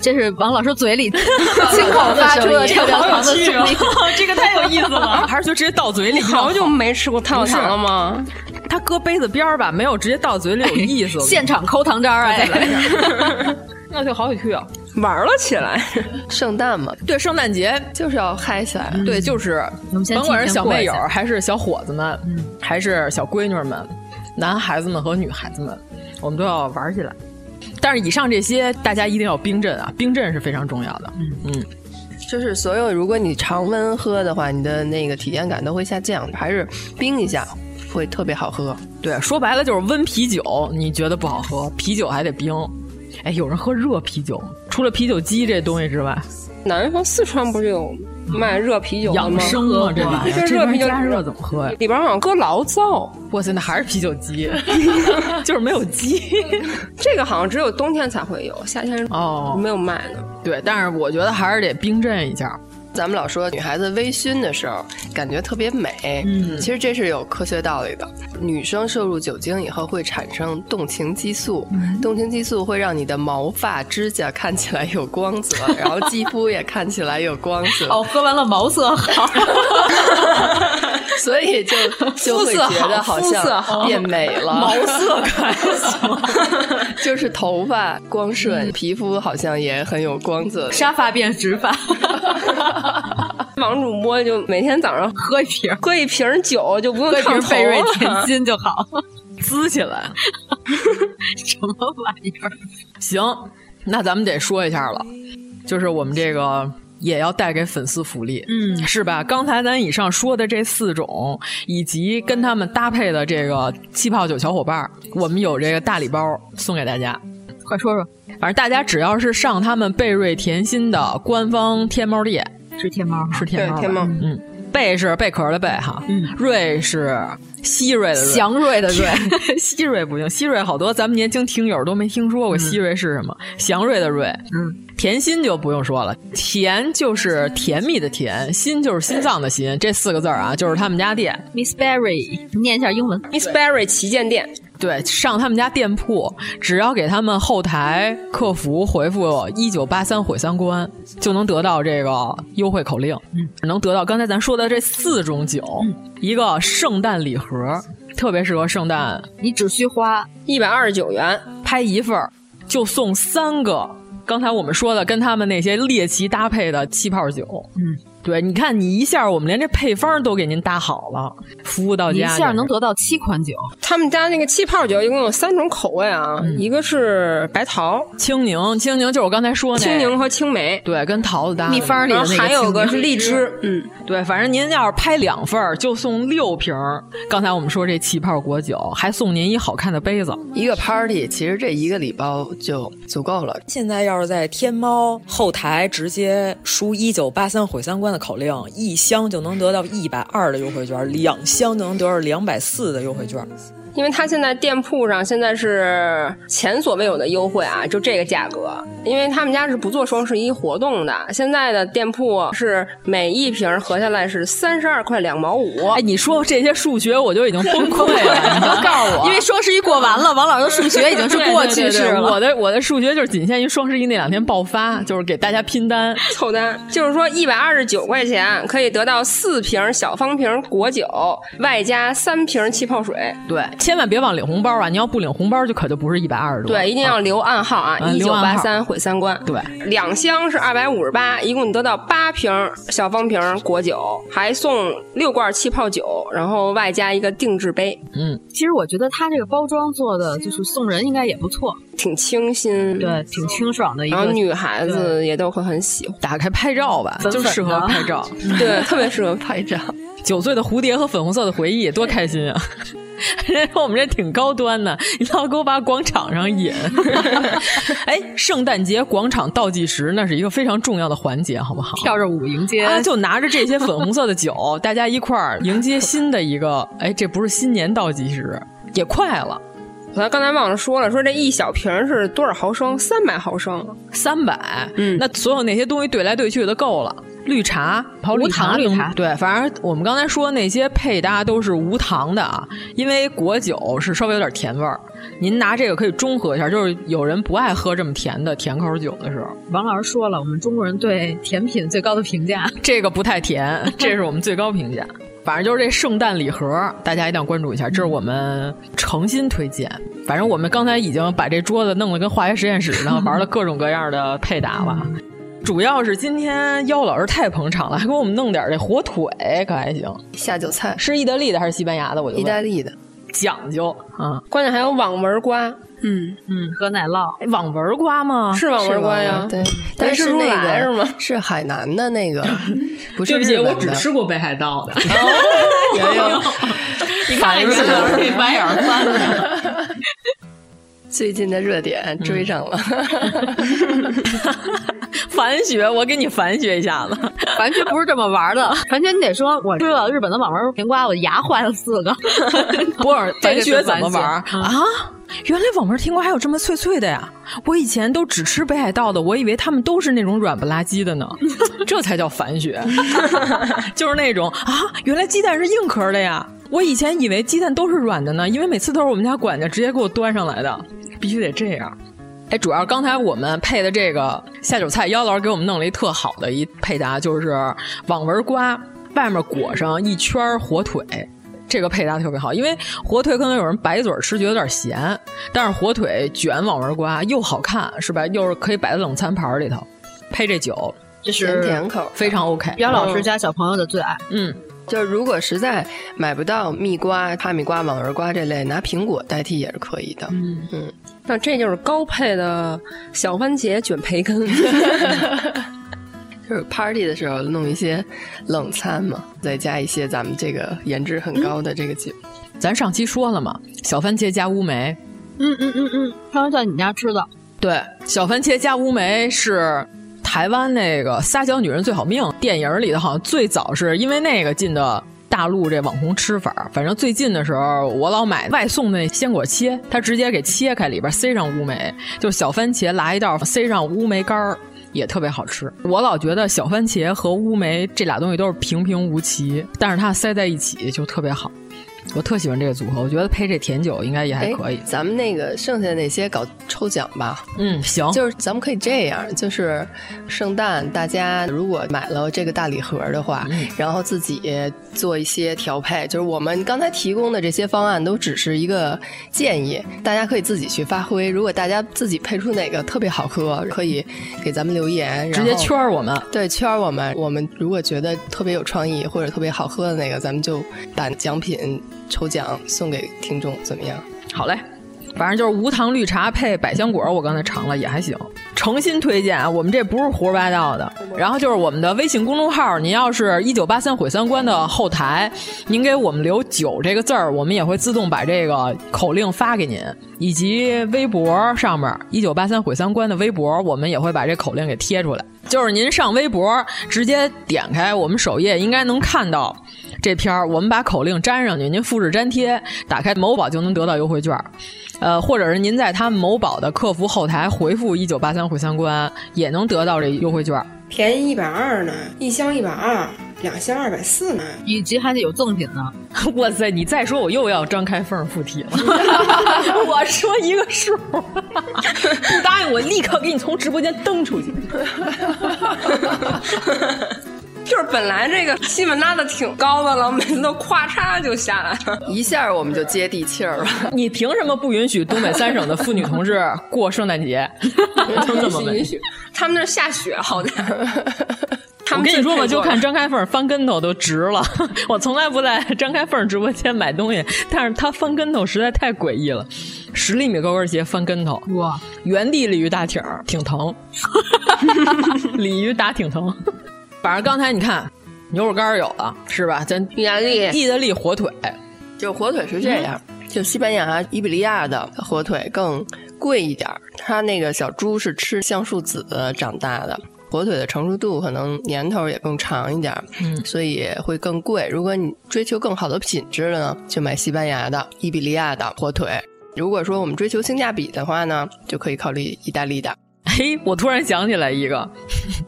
这是王老师嘴里 亲口发出的跳跳糖的声音， 这个太有意思了，啊 还是就直接倒嘴里。好久没吃过跳跳糖了吗？他搁杯子边儿吧，没有直接倒嘴里有意思。现场抠糖渣儿，哎，那就好有趣啊！玩了起来，圣诞嘛，对，圣诞节就是要嗨起来。对，就是甭管是小妹友还是小伙子们，嗯还是小闺女们，男孩子们和女孩子们，我们都要玩起来。但是以上这些，大家一定要冰镇啊！冰镇是非常重要的。嗯嗯，就是所有，如果你常温喝的话，你的那个体验感都会下降，还是冰一下会特别好喝。对，说白了就是温啤酒，你觉得不好喝，啤酒还得冰。哎，有人喝热啤酒，除了啤酒鸡这东西之外，南方四川不是有卖热啤酒的吗？养生啊，这玩意儿，热啤酒加热怎么喝呀？里边好像搁醪糟。哇塞，那还是啤酒 鸡，就是没有鸡。这个好像只有冬天才会有，夏天哦没有卖的。对，但是我觉得还是得冰镇一下。咱们老说女孩子微醺的时候感觉特别美，嗯，其实这是有科学道理的。女生摄入酒精以后会产生动情激素，嗯、动情激素会让你的毛发、指甲看起来有光泽，然后肌肤也看起来有光泽。哦，喝完了毛色好，所以 就就会觉得好像变美了，毛 色开心，就是头发光顺，嗯、皮肤好像也很有光泽，沙发变直发。王主播就每天早上喝一 瓶，喝一瓶酒就不用喝瓶贝瑞 甜心就好，滋起来。 什么玩意儿？行，那咱们得说一下了，就是我们这个也要带给粉丝福利，嗯，是吧？刚才咱以上说的这四种，以及跟他们搭配的这个气泡酒小伙伴，我们有这个大礼包送给大家。快说说，反正大家只要是上他们贝瑞甜心的官方天猫店。是天猫，是天猫，天猫。嗯，贝是贝壳的贝哈，嗯，瑞是希瑞的瑞，祥瑞的 瑞，希瑞不行，希瑞好多咱们年轻听友都没听说过希瑞是什么，祥瑞的瑞，嗯，甜心就不用说了，甜就是甜蜜的甜，心就是心脏的心，这四个字啊，就是他们家店，Miss Berry，念一下英文，Miss Berry 旗舰店。对，上他们家店铺，只要给他们后台客服回复“一九八三毁三观”，就能得到这个优惠口令，嗯、能得到刚才咱说的这四种酒，嗯、一个圣诞礼盒，特别适合圣诞，你只需花一百二十九元拍一份，就送三个。刚才我们说的跟他们那些猎奇搭配的气泡酒，嗯。对，你看，你一下我们连这配方都给您搭好了，服务到家，一下能得到七款酒。他们家那个气泡酒一共有三种口味啊，嗯、一个是白桃、青柠，青柠就是我刚才说青柠和青梅，对，跟桃子搭的。蜜方里的还有个是荔枝，嗯，对，反正您要是拍两份儿，就送六瓶。刚才我们说这气泡果酒，还送您一好看的杯子。一个 party，其实这一个礼包就足够了。现在要是在天猫后台直接输“一九八三毁三观”。的口令，一箱就能得到一百二的优惠券，两箱就能得到两百四的优惠券。因为它现在店铺上现在是前所未有的优惠啊，就这个价格。因为他们家是不做双十一活动的，现在的店铺是每一瓶合下来是三十二块两毛五。哎，你说这些数学我就已经崩溃 了，你就告诉我，因为双十一过完了，王老师的数学已经是过去式了。 我的我的数学就是仅限于双十一那两天爆发，就是给大家拼单凑单，就是说一百二十九块钱可以得到四瓶小方瓶果酒，外加三瓶气泡水。对。千万别忘领红包啊！你要不领红包，就可就不是一百二十多。对，一定要留暗号啊！一九八三毁三观。对，两箱是二百五十八，一共你得到八瓶小方瓶果酒，还送六罐气泡酒，然后外加一个定制杯。嗯，其实我觉得它这个包装做的就是送人应该也不错。挺清新，对，挺清爽的一个。然后女孩子也都会很喜欢。打开拍照吧，就适合拍照，对，特别适合拍照。九岁的蝴蝶和粉红色的回忆，多开心啊！ 人家说我们这挺高端的，你老给我把广场上引。 哎，圣诞节广场倒计时那是一个非常重要的环节，好不好？跳着舞迎接，啊、就拿着这些粉红色的酒，大家一块儿迎接新的一个。哎，这不是新年倒计时，也快了。我刚才忘了说了，说这一小瓶是多少毫升？三百毫升，三百。嗯，那所有那些东西兑来兑去的够了。绿茶，无糖绿茶，对，反正我们刚才说那些配搭都是无糖的啊，因为果酒是稍微有点甜味儿。您拿这个可以中和一下，就是有人不爱喝这么甜的甜口酒的时候。王老师说了，我们中国人对甜品最高的评价， 这个不太甜， 这是我们最高评价。反正就是这圣诞礼盒，大家一定要关注一下，这是我们诚心推荐。反正我们刚才已经把这桌子弄得跟化学实验室，然后玩了各种各样的配搭了。主要是今天妖老师太捧场了，还给我们弄点这火腿，可还行？下酒菜是意大利的还是西班牙的？我就意大利的，讲究啊！嗯、关键还有网纹瓜。嗯嗯，和奶酪哎网纹瓜啊吗？是网纹瓜呀，对，但是那个是吗？是海南的那 个，不是对不起，我只吃过北海道的。有有，哦 你看人家这白眼 翻。最近的热嗯点追 上了， 反学，我给你反学一下子。反学不是这么玩的，反学你得说，我吃了日本的网纹甜瓜，我牙坏了四个。 不 是，反学怎么玩啊？原来网纹甜瓜还有这么脆脆的呀！我以前都只吃北海道的，我以为他们都是那种软不拉几的 呢，这才叫反雪， 就是那种啊，原来鸡蛋是硬壳的呀！我以前以为鸡蛋都是软的呢，因为每次都是我们家管家直接给我端上来的，必须得这样。哎，主要刚才我们配的这个下酒菜，妖老师给我们弄了一特好的一配搭，就是网纹瓜外面裹上一圈火腿。这个配搭特别好，因为火腿可能有人白嘴吃觉得有点咸，但是火腿卷网纹瓜又好看，是吧？又是可以摆在冷餐盘里头，配这酒，这是甜口，非常 OK。姚老师家小朋友的最爱，嗯，就是如果实在买不到蜜瓜、哈密瓜、网纹瓜这类，拿苹果代替也是可以的。嗯嗯，嗯那这就是高配的小番茄卷培根。 就是 party 的时候弄一些冷餐嘛，再加一些咱们这个颜值很高的这个酒。嗯、咱上期说了嘛，小番茄加乌梅。嗯嗯嗯嗯，上回在你家吃的。对，小番茄加乌梅是台湾那个《撒娇女人最好命》电影里的，好像最早是因为那个进的大陆这网红吃法。反正最近的时候，我老买外送那鲜果切，它直接给切开，里边塞上乌梅，就是小番茄来一道，塞上乌梅干儿。也特别好吃，我老觉得小番茄和乌梅这俩东西都是平平无奇，但是它塞在一起就特别好，我特喜欢这个组合。我觉得配这甜酒应该也还可以。哎咱们那个剩下那些搞抽奖吧，嗯，行，就是咱们可以这样，就是圣诞大家如果买了这个大礼盒的话，嗯、然后自己做一些调配。就是我们刚才提供的这些方案都只是一个建议，大家可以自己去发挥。如果大家自己配出哪个特别好喝，可以给咱们留。留言直接圈我们，对圈我们。我们如果觉得特别有创意或者特别好喝的那个，咱们就把奖品抽奖送给听众，怎么样？好嘞，反正就是无糖绿茶配百香果，我刚才尝了也还行，诚心推荐啊！我们这不是胡说八道的。然后就是我们的微信公众号，您要是一九八三毁三观的后台，您给我们留“九”这个字儿，我们也会自动把这个口令发给您。以及微博上面一九八三毁三观的微博，我们也会把这口令给贴出来。就是您上微博直接点开我们首页，应该能看到这篇儿。我们把口令粘上去，您复制粘贴，打开某宝就能得到优惠券。呃，或者是您在他们某宝的客服后台回复一九八三毁三观，也能得到这优惠券，便宜一百二呢，一箱一百二。两箱二百四呢，以及还得有赠品呢。 哇塞，你再说我又要张开缝附体了。 我说一个数， 不答应我立刻给你从直播间蹬出去。 就是本来这个气氛拉的挺高的了，每次都咵嚓就下来了，一下我们就接地气儿了。你凭什么不允许东北三省的妇女同志 过圣诞节？就这么问， 他们那下雪好点。他们我跟你说吧，自己就配看 过张开凤翻跟头都值了。 我从来不在张开凤直播间买东西，但是他翻跟头实在太诡异了，十厘米高跟鞋翻跟头，哇，原地鲤鱼打挺儿，挺疼，鲤鱼打挺疼。反正刚才你看，牛肉干儿有了是吧？咱意大利意大利火腿， 就火腿是这样，就西班牙、伊比利亚的火腿更贵一点儿。它那个小猪是吃橡树籽长大的，火腿的成熟度可能年头也更长一点儿，嗯所以会更贵。如果你追求更好的品质的呢，就买西班牙的、伊比利亚的火腿。如果说我们追求性价比的话呢，就可以考虑意大利的。嘿，哎我突然想起来一个，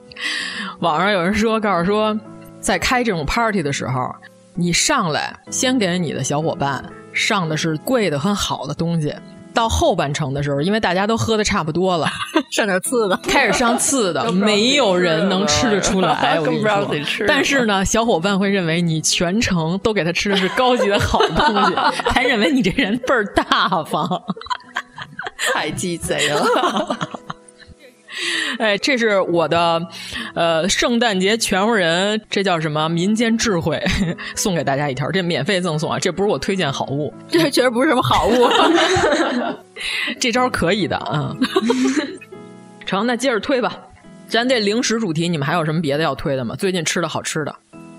网上有人说，告诉说，在开这种 party 的时候，你上来先给你的小伙伴上的是贵的很好的东西，到后半程的时候，因为大家都喝的差不多 了，上点次的，开始上次的，没有人能吃得 出来，我跟更你不知道说自己吃什么但是呢，小伙伴会认为你全程都给他吃的是高级的好东 西，还认为你这人倍儿大方。太鸡贼了！ 哎，这是我的，呃，圣诞节全乎人，这叫什么民间智慧， 送给大家一条，这免费赠送啊，这不是我推荐好物， 这确实不是什么好物。 这招可以的啊。 成，那接着推吧，咱这零食主题，你们还有什么别的要推的吗？最近吃的好吃的，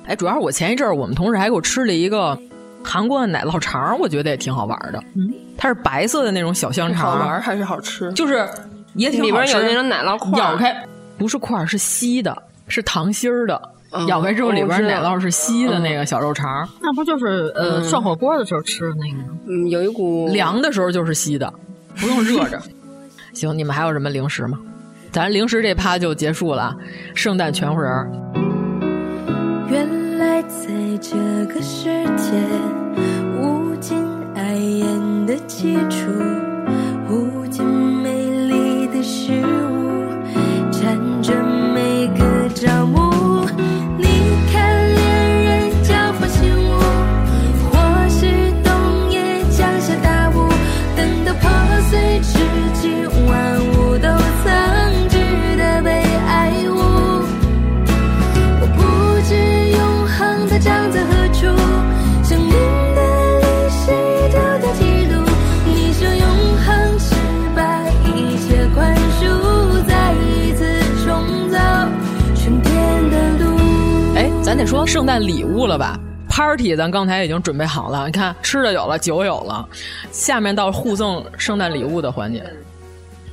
哎，主要是我前一阵儿我们同事还给我吃了一个韩国的奶酪肠儿，我觉得也挺好玩儿的，嗯，它是白色的那种小香肠，好玩儿还是好吃？啊就是也挺好吃里边有那种奶酪块儿咬开不是块儿，是稀的，是糖心儿的。嗯咬开之后，哦里我边知奶道酪是稀嗯的那个小肉肠儿，那不就是呃嗯涮火锅的时候吃的那个吗？嗯，有一股凉的时候就是稀的，不用热 着。行，你们还有什么零食吗？咱零食这趴就结束了，圣诞全乎人儿。原来在这个世界，无尽爱恋的基础，无尽美丽的事物，缠着每个朝暮。你看，恋人交付信物，或是冬夜降下大雾，等到破碎至今，万物都曾值得被爱慕。我不知永恒它长在何处，生命的历史都在记录。你说永恒失败，一切宽恕，再一次重走春天的路。哎，咱得说圣诞礼物了吧？Party 咱刚才已经准备好了，你看吃的有了，酒有了，下面到互赠圣诞礼物的环节。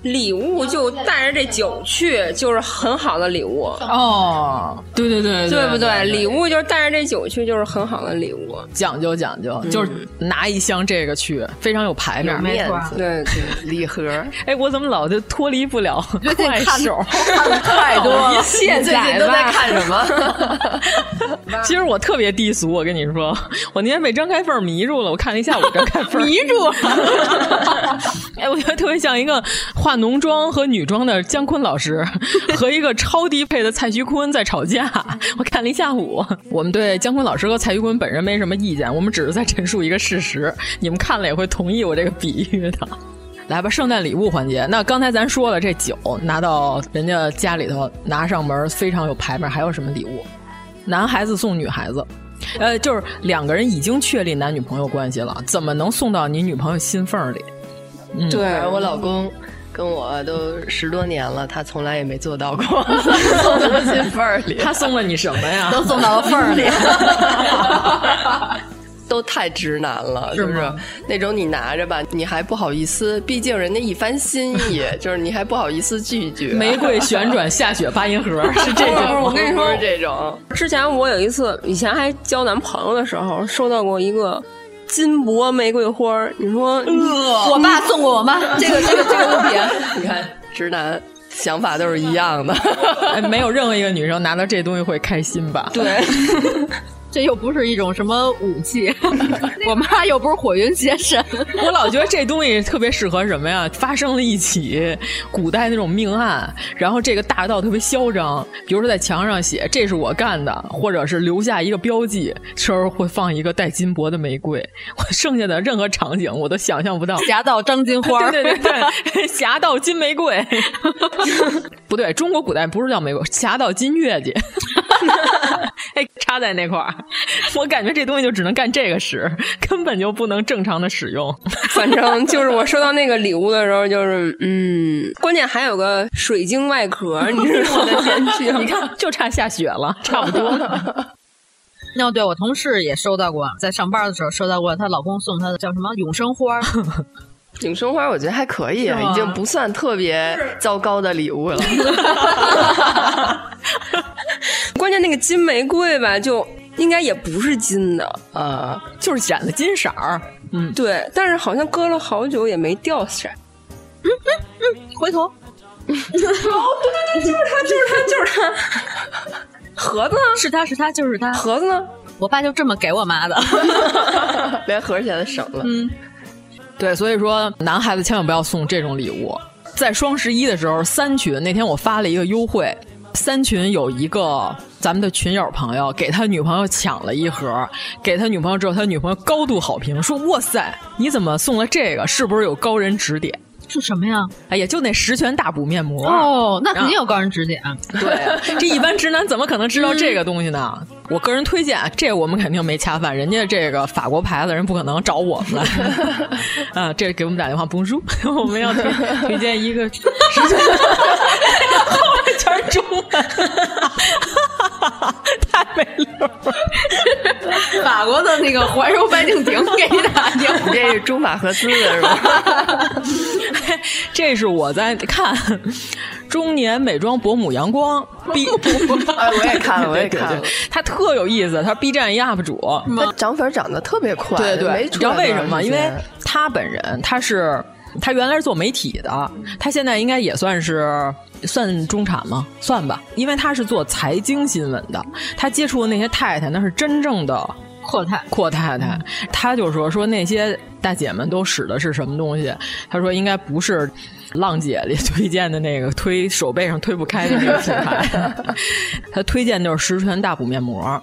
礼物就带着这酒去，就是很好的礼物，哦，对对对对不对？礼物就是带着这酒我去就是很好的礼物，讲究讲究，就是拿一箱这个去，非常有排面，面子，对对，礼盒。哎，我怎么老就脱离不了快手？看得太多 了卸载吧你最近都在看什么？其实我特别低俗，我跟你说，我那天被张开凤迷住了，我看了一下午张开凤，迷住了。 哎，我觉得特别像一个化浓妆和女装的姜昆老 师和一个超低配的蔡徐坤在吵架，我看了一下午。我们对姜昆老师和蔡徐坤本人没什么意见，我们只是在陈述一个事实，你们看了也会同意我这个比喻的。来吧，圣诞礼物环节。那刚才咱说了，这酒拿到人家家里头拿上门，非常有排面。还有什么礼物？男孩子送女孩子，呃，就是两个人已经确立男女朋友关系了，怎么能送到你女朋友心缝儿里？嗯对我老公跟我都十多年了，他从来也没做 到过，送到心缝儿里。他送了你什么呀？ 都送到了缝儿里。都太直男了，是就吗是那种你拿着吧，你还不好意思，毕竟人家一番心 意，就是你还不好意思拒绝。 玫瑰旋转下雪八音盒是这不是 种，我跟你说不是这种。之前我有一次，以前还交男朋友的时候，收到过一个金箔玫瑰花儿。你说，我嗯爸送过 我妈，这个这个这个物品，你看直男想法都是一样的，哎没有任何一个女生拿到这东西会开心吧？ 对，这又不是一种什么武 器，我妈又不是火云邪神。我老觉得这东西特别适合什么呀？发生了一起古代那种命案，然后这个大盗特别嚣张，比如说在墙上写“这是我干的”，或者是留下一个标记，时候会放一个带金箔的玫瑰。我剩下的任何场景我都想象不到。侠盗张金 花对对对对， 侠盗 金玫瑰，不对，中国古代不是叫玫瑰，侠盗金月季。 哎，插在那块儿，我感觉这东西就只能干这个使，根本就不能正常的使用。 反正就是我收到那个礼物的时候，就是嗯，关键还有个水晶外壳，你知 道吗？ 你看，就差下雪了，差不多了。那、no, 对我同事也收到过，在上班的时候收到过她老公送她的叫什么永生 花。永生花我觉得还可啊以，已经不算特别糟糕的礼物了。 关键那个金玫瑰吧，就应该也不是金的，呃，就是染了金色儿。嗯，对，但是好像搁了好久也没掉色。嗯嗯嗯，回头。哦，对对对，就是他，就是他，就是他。盒子呢？是他是他就是他。盒子呢？我爸就这么给我妈 的， 连盒钱都省了。嗯，对，所以说男孩子千万不要送这种礼物。在双十一的时候，三群那天我发了一个优惠，三群有一个咱们的群友朋友给他女朋友抢了一盒，给他女朋友之后，他女朋友高度好评，说：“哇塞，你怎么送了这个？是不是有高人指点？”是什么 呀？哎呀，就那十全大补面膜哦，那肯定有高人指点。啊对， 这一般直男怎么可能知道这个东西呢？嗯、我个人推荐，这我们肯定没恰饭，人家这个法国牌子人不可能找我 们来。啊，这给我们打电话不输， 我 们要推推荐一个十全，后面全是中文， 太没溜了。 法国的那个环球白敬 亭给你打电话，这是中法合资的是吧？这是我在看中年美妆伯母阳光 B， 哎， 我也看了，我也 看了，她特有意思，她 B 站一 UP 主，她涨粉涨得特别快，对对，你知道为什么？因为她本人，她是她原来是做媒体的，她现在应该也算是。算中产吗？算吧，因为他是做财经新闻的，他接触的那些太太，那是真正的阔太嗯阔太太。他就说说那些大姐们都使的是什么东西？他说应该不是浪姐里推荐的那个推手背上推不开的那个品牌， 他推荐就是十全大补面膜。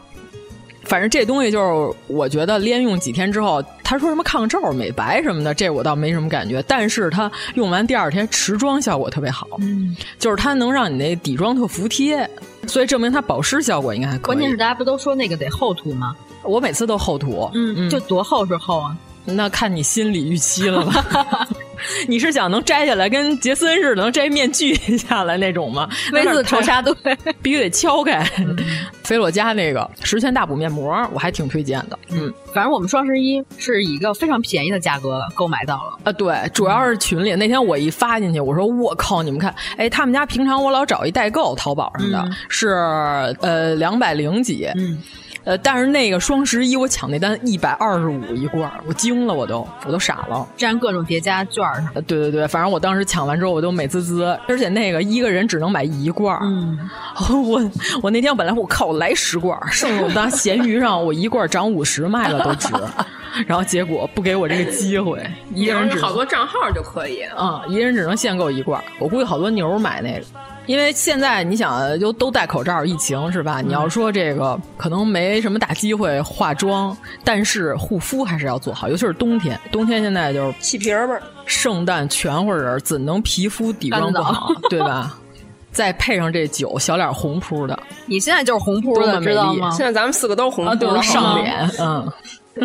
反正这东西就是，我觉得连用几天之后，他说什么抗皱、美白什么的，这我倒没什么感觉。但是它用完第二天持妆效果特别好，嗯，就是它能让你那底妆特服帖，所以证明它保湿效果应该还可以。关键是大家不都说那个得厚涂吗？我每次都厚涂，嗯，嗯就多厚是厚啊？那看你心理预期了吧？ 你是想能摘下来跟杰森似的能摘面具下来那种吗？ V 字仇杀 队必须得敲开。嗯菲洛嘉那个十全大补面膜，我还挺推荐的。嗯，反正我们双十一是以一个非常便宜的价格购买到了。啊，对，主要是群里、嗯、那天我一发进去，我说我靠，你们看，哎，他们家平常我老找一代购，淘宝上的、嗯、是呃两百零几，嗯，呃，但是那个双十一我抢那单一百二十五一罐，我惊了，我都我都傻了。占各种叠加券儿、呃，对对对，反正我当时抢完之后我都美滋滋，而且那个一个人只能买一罐，嗯， 我我那天本来我靠。我来十罐，剩我当咸鱼上，我一罐涨五十卖了都 值。然后结果不给我这个机会，一个人只好多账号就可以啊、嗯，一人只能限购一罐。我估计好多牛买那个，因为现在你想，就都戴口罩，疫情嗯是吧？你要说这个可能没什么大机会化妆，但是护肤还是要做好，尤其是冬天。冬天现在就是起皮儿味儿，圣诞全乎人，怎能皮肤底妆不好， 对吧？再配上这酒，小脸红扑的。你现在就是红扑的，知道吗？现在咱们四个都是红扑的，上脸。嗯，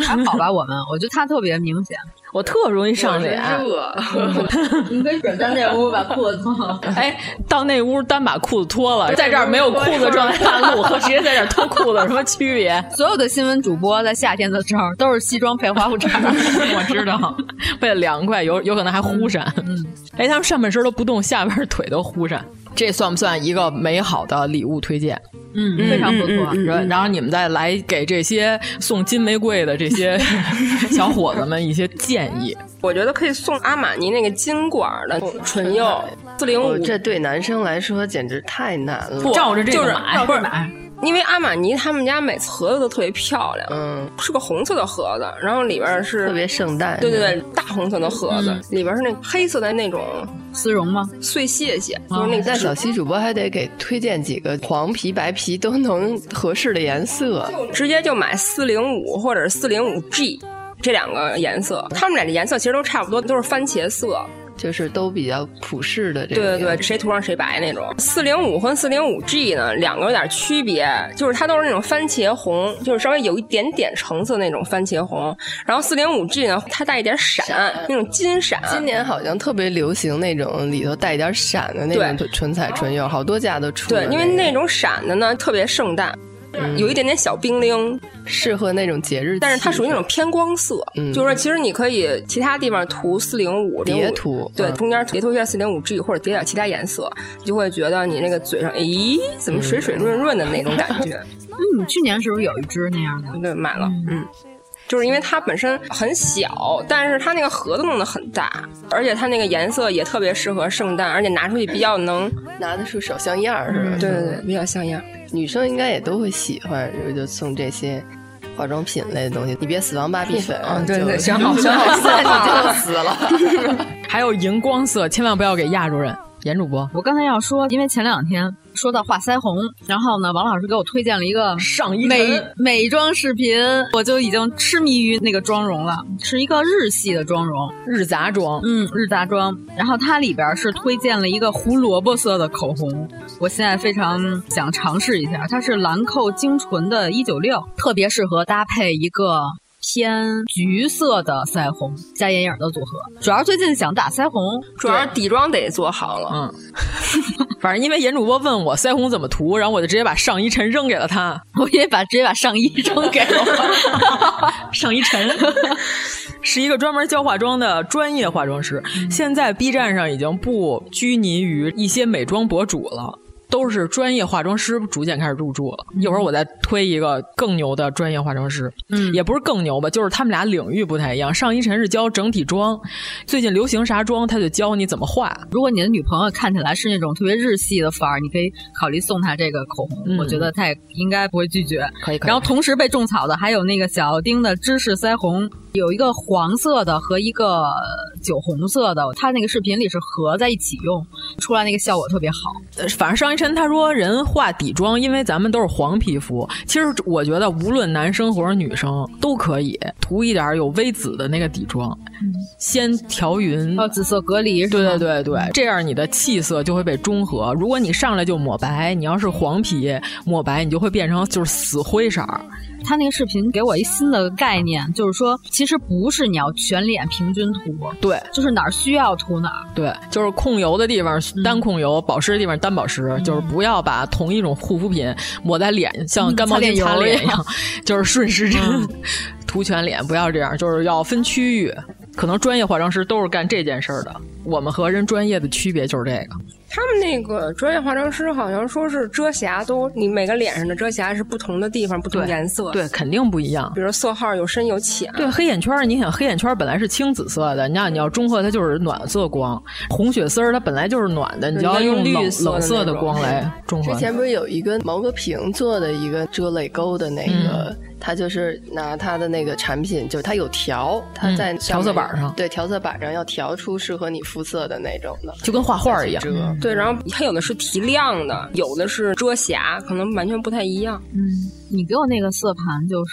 还好吧，我们，我觉得他特别明显。我特容易上脸，热。你可以转到那屋把裤子脱了。哎，到那屋单把裤子脱了，在这儿没有裤子状探路和直接在这儿脱裤子有什么区别？所有的新闻主播在夏天的时候都是西装配花裤衩，我知道， 为了凉快，有有可能还忽闪。嗯， 哎，他们上半身都不动，下边腿都忽闪。这算不算一个美好的礼物推荐？嗯，非常不错。然、嗯、然后你们再来给这些送金玫瑰的这 些小伙子们一些建议。我觉得可以送阿玛尼那个金管的唇釉，嗯四零五。哦这对男生来说简直太难了。哦照着这个买，不是买。因为阿玛尼他们家每次盒子都特别漂亮，嗯，是个红色的盒子，然后里边是特别圣诞，对对对，大红色的盒子，嗯、里边是那黑色的那种丝绒吗？碎屑屑，哦、就是那但小西主播还得给推荐几个黄皮、白皮都能合适的颜色，直接就买四嗯零五或者四零五 G 这两个颜色，他们俩的颜色其实都差不多，都是番茄色。就是都比较普世的这个。对对对，谁涂上谁白那种。四零五和四零五 G 呢，两个有点区别，就是它都是那种番茄红，就是稍微有一点点橙色那种番茄红。然后四零五 G 呢，它带一点闪，闪那种金闪。今年好像特别流行那种里头带一点闪的那种唇彩唇釉，好多家都出。对，因为那种闪的呢，特别圣诞。嗯、有一点点小冰凌，适合那种节日，但是它属于那种偏光色，嗯、就是说其实你可以其他地方涂四零五叠涂，嗯对，中间叠涂一下四零五 G 或者叠点其他颜色，你就会觉得你那个嘴上，咦，怎么水嗯水润润的那种感 觉？嗯，去年是不是有一支那样的？对，买了，嗯。就是因为它本身很小，但是它那个盒子弄得很大，而且它那个颜色也特别适合圣诞，而且拿出去比较能嗯拿得出手，像样儿似的。对对对，比较像样。女生应该也都会喜欢，就送这些化妆品类的东西。你别死亡芭比 粉哦啊！对对，选好 选好色你就死了。还有荧光色，千万不要给亚洲人。严主播，我刚才要说，因为前两天说到画腮红，然后呢，王老师给我推荐了一个上衣美美妆视频，我就已经痴迷于那个妆容了，是一个日系的妆容，日杂妆，嗯，日杂妆。然后它里边是推荐了一个胡萝卜色的口红，我现在非常想尝试一下，它是兰蔻精纯的196，特别适合搭配一个。偏橘色的腮红加眼影的组合，主要最近想打腮红， 主要底妆得做好了。嗯，反正因为严主播问我腮红怎么涂，然后我就直接把上衣衬扔给了他，我也把直接把上衣 扔给了 上衣衬。是一个专门教化妆的专业化妆师，嗯、现在 B 站上已经不拘泥于一些美妆博主了。都是专业化妆师逐渐开始入驻了。一会儿我再推一个更牛的专业化妆师，嗯，也不是更牛吧，就是他们俩领域不太一样。上一晨是教整体妆，最近流行啥妆，他就教你怎么画。如果你的女朋友看起来是那种特别日系的范儿，你可以考虑送她这个口红，嗯、我觉得她也应该不会拒绝。可以,可以。然后同时被种草的还有那个小丁的芝士腮红，有一个黄色的和一个酒红色的，他那个视频里是合在一起用，出来那个效果特别好。呃反正上一晨。他说：“人化底妆，因为咱们都是黄皮肤。其实我觉得，无论男生或者女生都可以涂一点有微紫的那个底妆，嗯、先调匀，哦，紫色隔离。嗯对对对对，这样你的气色就会被中和。如果你上来就抹白，你要是黄皮抹白，你就会变成就是死灰色。”他那个视频给我一新的概念，就是说，其实不是你要全脸平均涂，对，就是哪儿需要涂哪儿，对，就是控油的地方单控油，保湿的地方单保湿，就是不要把同一种护肤品抹在脸，像干毛巾嗯擦脸一样，嗯就是顺时针涂全脸，不要这样，就是要分区域。可能专业化妆师都是干这件事儿的，我们和人专业的区别就是这个。他们那个专业化妆师好像说是遮瑕都，你每个脸上的遮瑕是不同的地方，不同颜色对，对，肯定不一样。比如色号有深有浅。对，黑眼圈，你想黑眼圈本来是青紫色的，你要你要中和它就是暖色光，红血丝儿它本来就是暖的，你就要用绿冷色的光来中和。之前不是有一个毛戈平做的一个遮泪沟的那个。嗯他就是拿他的那个产品，就是他有调，他在、嗯、调色板上，对调色板上要调出适合你肤色的那种的，就跟画画一样。嗯、对，然后它有的是提亮的，有的是遮瑕，可能完全不太一样。嗯，你给我那个色盘就是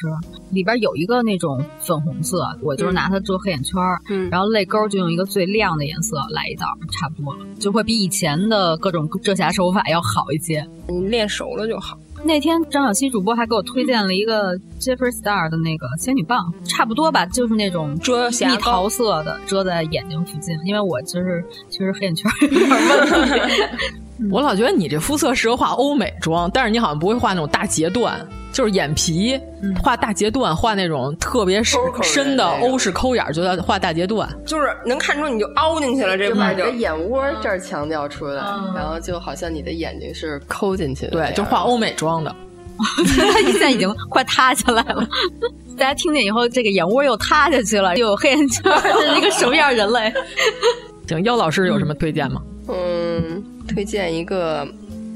里边有一个那种粉红色，我就是拿它遮黑眼圈，嗯，然后泪沟就用一个最亮的颜色来一道，差不多了，就会比以前的各种遮瑕手法要好一些。你练熟了就好。那天张小希主播还给我推荐了一个 Jeffree Star 的那个仙女棒，差不多吧，就是那种遮瑕蜜桃色的，遮在眼睛附近。因为我就是其实黑眼圈有点 问题，我老觉得你这肤色适合画欧美妆，但是你好像不会画那种大截段，就是眼皮画大截段，画那种特别深嗯的欧式抠眼，就要画大截段，就是能看出你就凹进去了这块就。你的眼窝这儿强调出来，然后就好像你的眼睛是抠进去的，嗯对，就画欧美妆。装的，他现在已经快塌下来 了。大家听见以后，这个眼窝又塌下去了，又有黑眼圈，这 是一个什么样人类？行，妖老师有什么推荐吗？嗯，推荐一个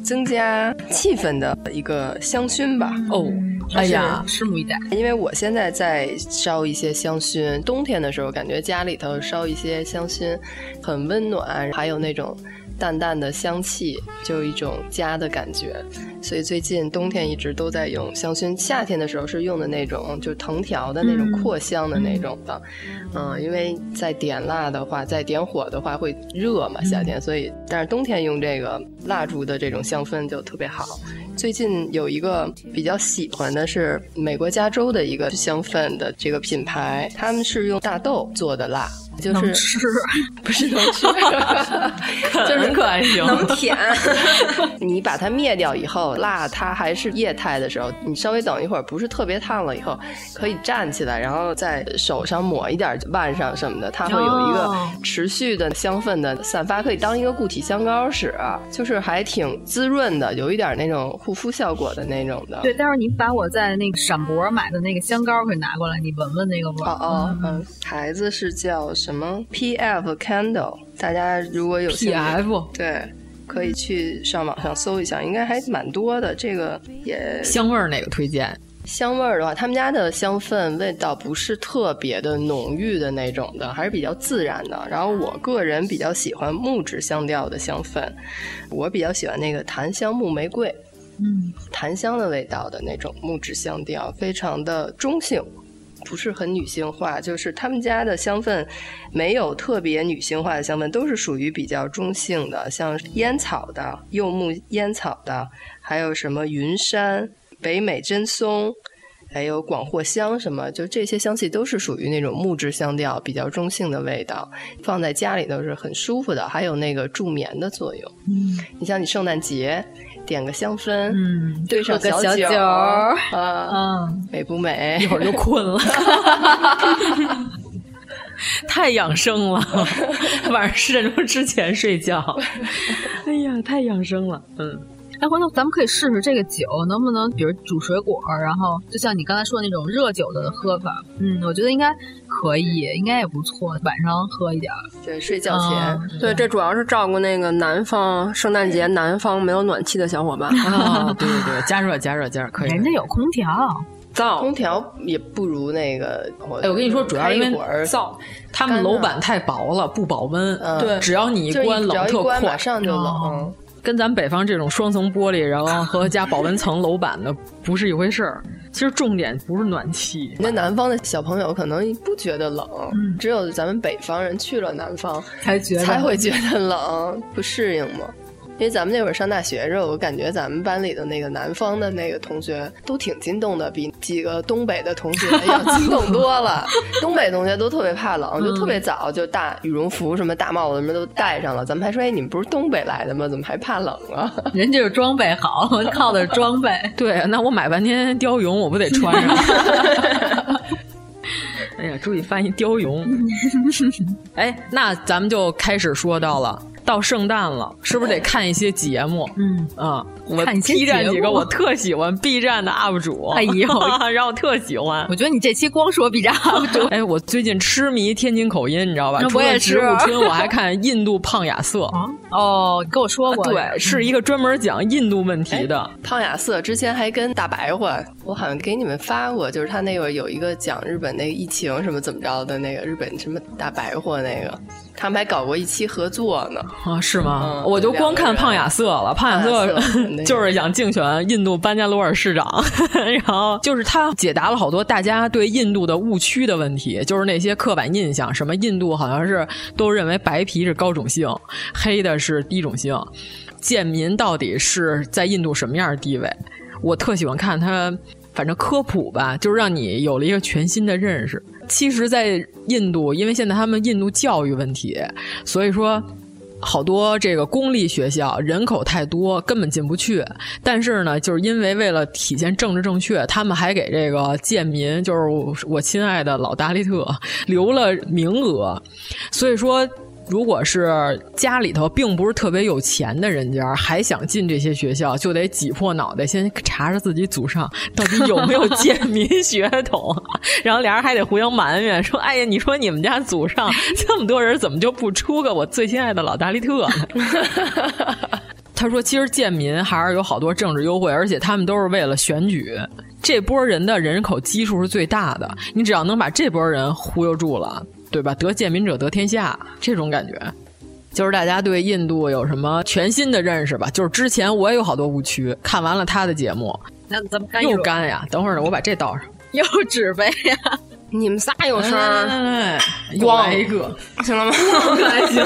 增加气氛的一个香薰吧。哦，哎呀，拭目以待。因为我现在在烧一些香薰，冬天的时候感觉家里头烧一些香薰很温暖，还有那种。淡淡的香气，就有一种家的感觉。所以最近冬天一直都在用香薰，夏天的时候是用的那种就藤条的那种扩香的那种的，嗯，嗯因为在点蜡的话，在点火的话会热嘛，夏天，所以但是冬天用这个蜡烛的这种香氛就特别好。最近有一个比较喜欢的是美国加州的一个香氛的这个品牌，他们是用大豆做的蜡。就是吃，不是能吃， 就是可还行，能 舔。你把它灭掉以后，蜡它还是液态的时候，你稍微等一会儿，不是特别烫了以后，可以站起来，然后在手上抹一点，腕上什么的，它会有一个持续的香氛的散发，可以当一个固体香膏使、啊，就是还挺滋润的，有一点那种护肤效果的那种的。对，待会儿你把我在那个陕博买的那个香膏给拿过来，你闻闻那个味儿。哦哦，嗯，牌子是叫。什么 PF Candle？大家如果有兴趣，PF 对，可以去上网上搜一下，应该还蛮多的。这个也 香味儿哪个推荐？香味儿的话，他们家的香氛味道不是特别的浓郁的那种的，还是比较自然的。然后我个人比较喜欢木质香调的香氛，我比较喜欢那个檀香木玫瑰，嗯，檀香的味道的那种木质香调，非常的中性。不是很女性化，就是他们家的香氛没有特别女性化的香氛，都是属于比较中性的，像烟草的、柚木烟草的，还有什么云杉、北美真松，还有广藿香什么，就这些香气都是属于那种木质香调，比较中性的味道，放在家里都是很舒服的，还有那个助眠的作用。嗯，你像你圣诞节。点个香氛，嗯，兑上小酒，酒 啊，嗯，美不美？一会儿就困了， 太养生 了。晚上十点钟之前睡 觉，哎呀，太养生了。嗯，哎，回头咱们可以试试这个酒能不能，比如煮水果，然后就像你刚才说的那种热酒的喝法。嗯，我觉得应该可以，应该也不错，晚上喝一点。对，睡觉前。哦嗯、对，这主要是照顾那个南方圣诞节南方没有暖气的小伙 伴。啊哦，对对对，加热加热加热可以。人家有空调，燥，空调也不如那个。哎，我跟你说，主要因为燥，他们楼板太薄了，不保温。嗯、对，只要你一关冷特快，马上就冷。哦跟咱们北方这种双层玻璃，然后和加保温层楼板的不是一回事儿。其实重点不是暖气，那南方的小朋友可能不觉得冷，嗯、只有咱们北方人去了南方才觉才会觉得冷，不适应嘛。因为咱们那会儿上大学时候，我感觉咱们班里的那个南方的那个同学都挺激动的，比几个东北的同学要激动多了。东北同学都特别怕冷，就特别早就大羽绒服、什么大帽子什么都戴上了。咱们还说：“哎，你们不是东北来的吗？怎么还怕冷啊？”人就是装备好， 靠的是装备。对，那我买半天貂绒，我不得穿 上？哎呀，注意翻译貂绒。哎，那咱们就开始说到了。到圣诞了，是不是得看一些节目？嗯啊，我 B 站几个我特喜欢 B 站的 UP 主，哎 呦，然后特喜欢。我觉得你这期光说 B 站 UP 主，哎，我最近痴迷天津口音，你知道吧？我也是。植物春，我还看印度胖亚瑟。哦，跟我哎说过，对，是一个专门讲印度问题的胖亚瑟。之前还跟大白话，我好像给你们发过，就是他那会儿有一个讲日本那个疫情什么怎么着的那个日本什么大白话那个，他们还搞过一期合作呢。啊，是吗？我就光看胖亚瑟了。啊胖亚瑟嗯 就是想竞选印度班加罗尔市长， 然后就是他解答了好多大家对印度的误区的问题，就是那些刻板印象，什么印度好像是都认为白皮是高种姓，黑的是低种姓，贱民到底是在印度什么样的地位？我特喜欢看他，反正科普吧，就是让你有了一个全新的认识。其实，在印度，因为现在他们印度教育问题，所以说。好多这个公立学校人口太多，根本进不去。但是呢，就是因为为了体现政治正确，他们还给这个贱民，就是我亲爱的老达利特留了名额。所以说，如果是家里头并不是特别有钱的人家，还想进这些学校，就得挤破脑袋先查查自己祖上到底有没有贱民血统。然后俩人还得互相埋怨，说：“哎呀，你说你们家祖上这么多人，怎么就不出个我最亲爱的老达利 特呢？”他说：“其实贱民还是有好多政治优惠，而且他们都是为了选举。这波人的人口基数是最大的，你只要能把这波人忽悠住了，对吧？得贱民者得天下，这种感觉。”就是大家对印度有什么全新的认识吧？就是之前我也有好多误区，看完了他的节目，那咱们干又干呀！等会儿呢，我把这倒上， 哎又纸杯呀！你们仨有啊声儿，光嗯一个行了吗？还行。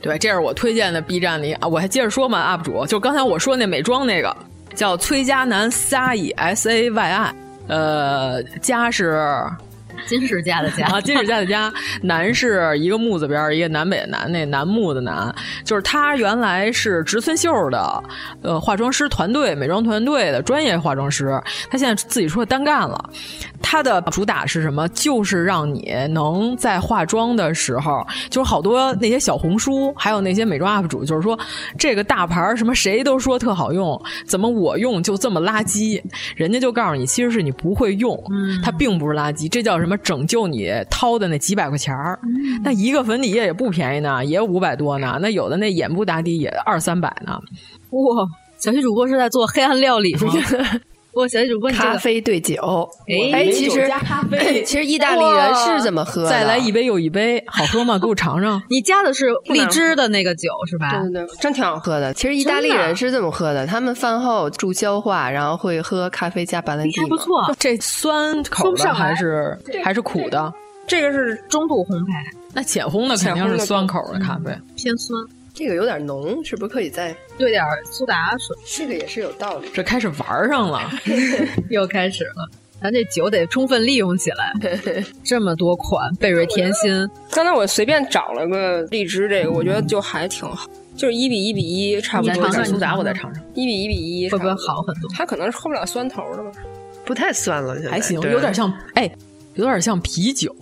对，这是我推荐的 B 站里啊，我还接着说嘛，UP 主就刚才我说那美妆那个叫崔佳楠 Sai S A Y I，呃，佳是金世家的家啊，金世家的家，楠是一个木字边一个南北的南，那楠木的楠，就是他原来是植村秀的呃化妆师团队美妆团队的专业化妆师，他现在自己出来单干了。它的主打是什么？就是让你能在化妆的时候，就是好多那些小红书，还有那些美妆 UP 主，就是说这个大牌儿什么谁都说特好用，怎么我用就这么垃圾？人家就告诉你，其实是你不会用，它并不是垃圾，这叫什么？拯救你掏的那几百块钱儿，那一个粉底液也不便宜呢，也五百多呢，那有的那眼部打底也二三百呢。哇，小徐主播是在做黑暗料 理吗？我小主播，你这个、咖啡兑酒，哎，其实哎其实意大利人是这么喝的。再来一杯又一杯，好喝吗？给我尝尝。你加的是荔枝的那个酒是吧？对对对，真挺好喝的。其实意大利人是这么喝的，的他们饭后助消化，然后会喝咖啡加白兰地。哎不错，这酸口的还是还是苦的？这个是中度烘焙，那浅烘的肯定是酸口的咖啡，嗯、偏酸。这个有点浓，是不是可以再兑点苏打水？这个也是有道理。这开始玩上了，又开始了。咱这酒得充分利用起 来。这么多款贝瑞甜心，刚才我随便找了个荔枝，这个我觉得就还挺好，就是一比一比一差不多。尝尝苏打，我再尝尝。一比一比一会不会好很多？它可能是喝不了酸头的吧？不太酸了，现在还行，有 点像哎，有点像啤酒。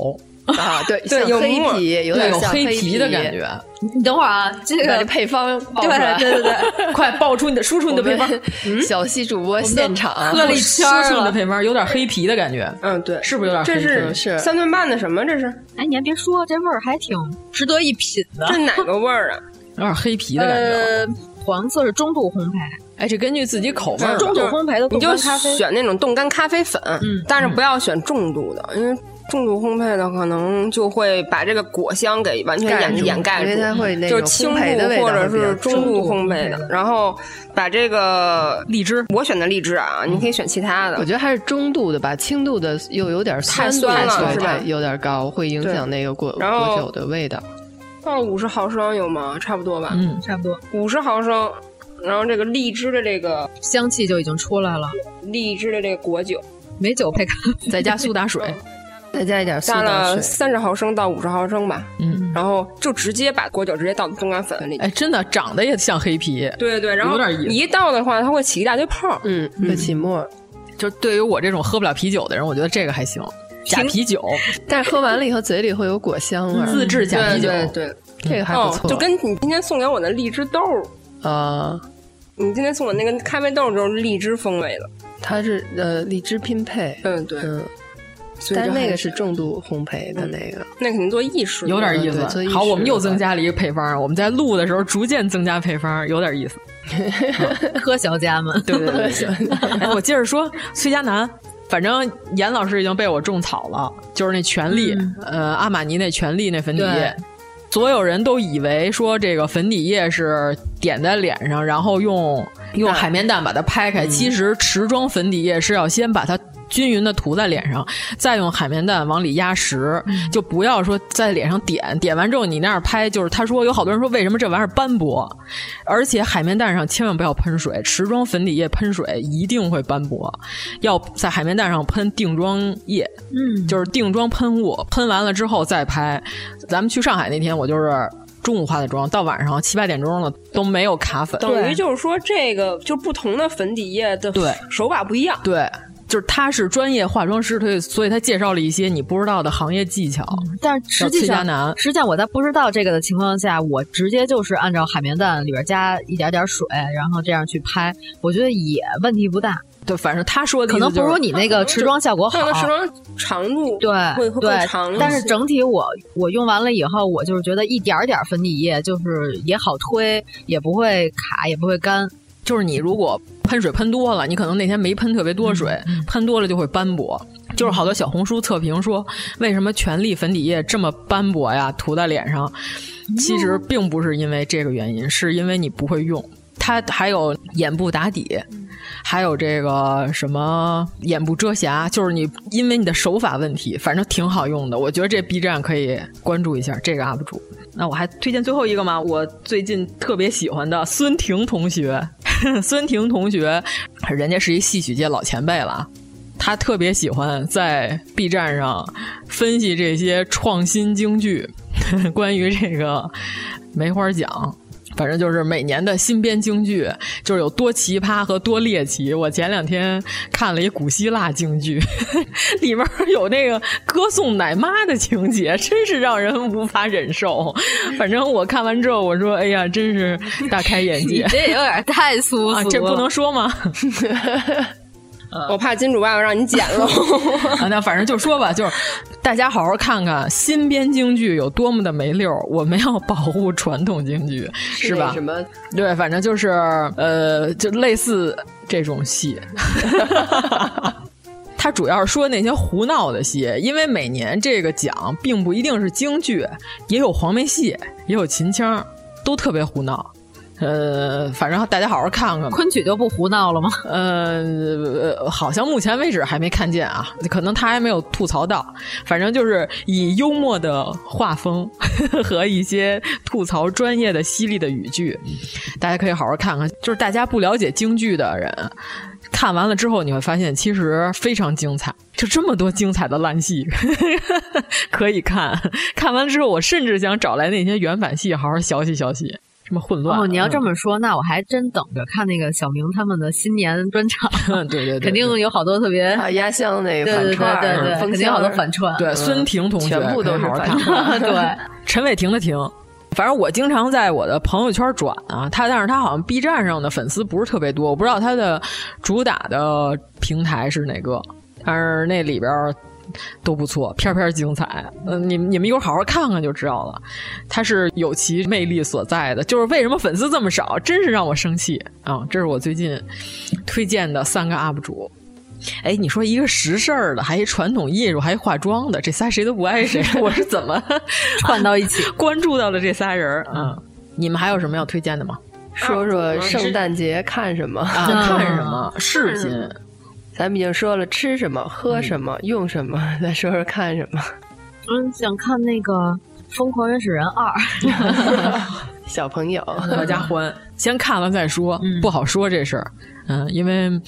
啊，对，对，有黑皮，有点有黑皮的感觉。 你等会儿啊，这个配方爆出来，对对对，快爆出你的，说出你的配 方。小西主播现场喝了一圈，说出你的配方，有点黑皮的感觉。嗯，对，是不是有啊这点？是啊是三顿半的什么？这是？ 哎，你还别说，这味儿还挺值得一品的。这哪个味儿啊？ 有点黑皮的感呃觉。呃黄色是中度烘焙。哎，这根据自己口味。中度烘焙的你就选那种冻干咖啡粉，嗯但是不要选重度的，因为。重度烘焙的可能就会把这个果香给完全掩掩盖住，因为它会那就是轻度或者是中度烘焙的，然后把这个荔枝，我选的荔枝啊，你可以选其他的。我觉得还是中度的吧，轻度的又有点太酸了，是吧？有点高，会影响那个果果酒的味道。放了五十毫升有吗？差不多吧，嗯，差不多五十毫升。然后这个荔枝的这个香气就已经出来了，荔枝的这个 果酒，美酒配咖啡，再加苏打水。再加一点苏打了三十毫升到五十毫升吧，嗯，然后就直接把果酒直接倒冻干粉里。哎，真的长得也像黑皮，对对，然后有点一倒的话，它会起一大堆泡，嗯，会起沫。就对于我这种喝不了啤酒的人，我觉得这个还行，假啤酒，但是喝完了以后嘴里会有果香味。自制假啤酒，嗯对，这个还不错。就跟你今天送给我的荔枝豆呃啊，你今天送我那个咖啡豆就是荔枝风味的，它是呃荔枝拼配，嗯对。但是那个是重度烘焙的那个，那肯定做艺术有点意思。好，我们又增加了一个配方。我们在录的时候逐渐增加配方，有点意思。科学家们，对对对。 我接着说，崔佳楠，反正严老师已经被我种草了，就是那权力，呃，阿玛尼那权力那粉底液，所有人都以为说这个粉底液是点在脸上，然后用用嗯海绵蛋把它拍开。其实持妆粉底液是要先把它。均匀的涂在脸上，再用海绵蛋往里压实，嗯、就不要说在脸上点点完之后你那儿拍。就是他说有好多人说为什么这玩意儿斑驳，而且海绵蛋上千万不要喷水，持妆粉底液喷水一定会斑驳，要在海绵蛋上喷定妆液，嗯，就是定妆喷雾，喷完了之后再拍。咱们去上海那天我就是。中午化的妆，到晚上七八点钟了都没有卡粉，等于就是说这个就不同的粉底液的对手法不一样，对。就是他是专业化妆师，所以所以他介绍了一些你不知道的行业技巧。嗯、但是实际上，实际上我在不知道这个的情况下，我直接就是按照海绵蛋里边加一点点水，然后这样去拍，我觉得也问题不大。对，反正他说的、就是、可能不如你那个持妆效果好，那个持妆长度对会会更长。但是整体我我用完了以后，我就是觉得一点点粉底液就是也好推，也不会卡，也不会干。就是你如果喷水喷多了，你可能那天没喷特别多水，嗯、喷多了就会斑驳。就是好多小红书测评说，为什么全力粉底液这么斑驳呀？涂在脸上，其实并不是因为这个原因，是因为你不会用。它还有眼部打底，还有这个什么眼部遮瑕，就是你因为你的手法问题，反正挺好用的。我觉得这 B 站可以关注一下这个 UP 主。那我还推荐最后一个嘛，我最近特别喜欢的孙婷同学， 孙婷同学，人家是一戏曲界老前辈了。啊他特别喜欢在 B 站上分析这些创新京剧， 关于这个梅花奖，反正就是每年的新编京剧，就是有多奇葩和多猎奇。我前两天看了一古希腊京剧， 里面有那个歌颂奶妈的情节，真是让人无法忍受。反正我看完之后，我说：“哎呀，真是大开眼界！”这有点 太粗俗、啊，这不能说吗？我怕金主爸爸让你剪了 啊，那反正就说吧，就是大家好好看看新编京剧有多么的没溜儿，我们要保护传统京剧，是吧？什么？对，反正就是呃，就类似这种 戏。他主要是说那些胡闹的戏，因为每年这个奖并不一定是京剧，也有黄梅戏，也有秦腔，都特别胡闹。呃，反正大家好好看看吧。昆曲就不胡闹了吗？呃，好像目前为止还没看见啊，可能他还没有吐槽到。反正就是以幽默的画风 和一些吐槽专业的犀利的语句，大家可以好好看看。就是大家不了解京剧的人，看完了之后你会发现，其实非常精彩。就这么多精彩的烂戏 可以看。看完之后，我甚至想找来那些原版戏，好好学习学习。这么混乱啊哦！你要这么说，嗯、那我还真等着看那个小明他们的新年专场。 对,对,对对对，肯定有好多特别啊压箱那个反串，嗯对对 对对，肯定好多反串。对，孙婷同学全部都是反串。 对， 陈伟霆的霆，反正我经常在我的朋友圈转啊，他但是他好像 B 站上的粉丝不是特别多，我不知道他的主打的平台是哪个，但是那里边。都不错，片片精彩。嗯、呃，你们你们一会儿好好看看就知道了，它是有其魅力所在的。就是为什么粉丝这么少，真是让我生气啊、嗯！这是我最近推荐的三个 UP 主。哎，你说一个实事儿的，还一传统艺术，还一化妆的，这仨谁都不 爱谁，我是怎么串到一起 关注到了这仨人儿啊？嗯、你们还有什么要推荐的吗？说说圣诞节看什么？嗯啊、看什么？视频。 咱们已经说了吃什么、喝什么、嗯、用什么，再说说看什么。嗯，想看那个《疯狂原始人二》小朋友 合家嗯欢，先看了再说，嗯、不好说这事儿。嗯，因为《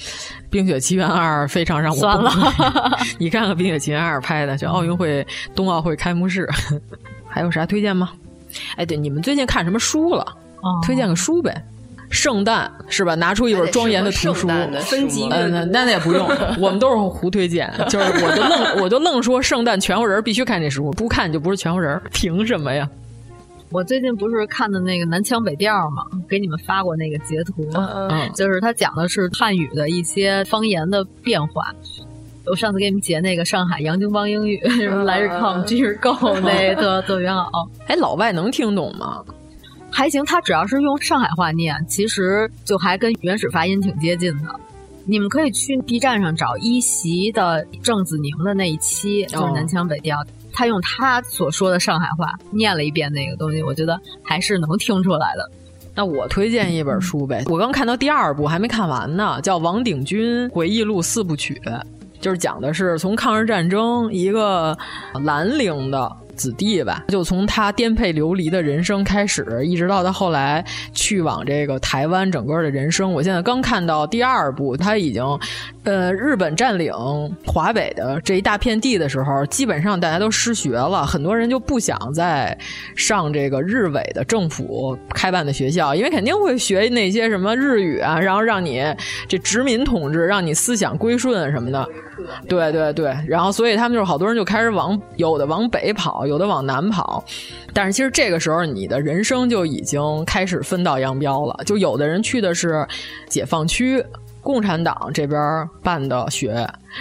冰雪奇缘二》非常让我算了。 你看看《冰雪奇缘二》拍的，就奥运会、冬奥会开幕式， 还有啥推荐吗？哎，对，你们最近看什么书了？哦、推荐个书呗。圣诞是吧？拿出一本庄严的图书，分级嗯，那那也不用，我们都是胡推荐，就是我就愣我就愣说圣诞全国人必须看这书，不看就不是全国人，凭什么呀？我最近不是看的那个南腔北调嘛，给你们发过那个截图，嗯、就是它讲的是汉语的一些方言的变化。我上次给你们截那个上海洋泾浜英语，什么来日 come，去日 go，那特特别好。哎，老外能听懂吗？还行，它只要是用上海话念，其实就还跟原始发音挺接近的。你们可以去 B 站上找一席的郑子宁的那一期，就是南腔北调，哦、他用他所说的上海话念了一遍那个东西，我觉得还是能听出来的。那我推荐一本书呗，我刚看到第二部还没看完呢，叫《王鼎钧回忆录四部曲》，就是讲的是从抗日战争一个兰陵的。子弟吧，就从他颠沛流离的人生开始，一直到他后来去往这个台湾整个的人生。我现在刚看到第二部，他已经，呃，日本占领华北的这一大片地的时候，基本上大家都失学了，很多人就不想再上这个日伪的政府开办的学校，因为肯定会学那些什么日语啊，然后让你这殖民统治，让你思想归顺什么的。对对对，然后所以他们就是好多人就开始往有的往北跑。有的往南跑，但是其实这个时候你的人生就已经开始分道扬镳了。就有的人去的是解放区共产党这边办的学，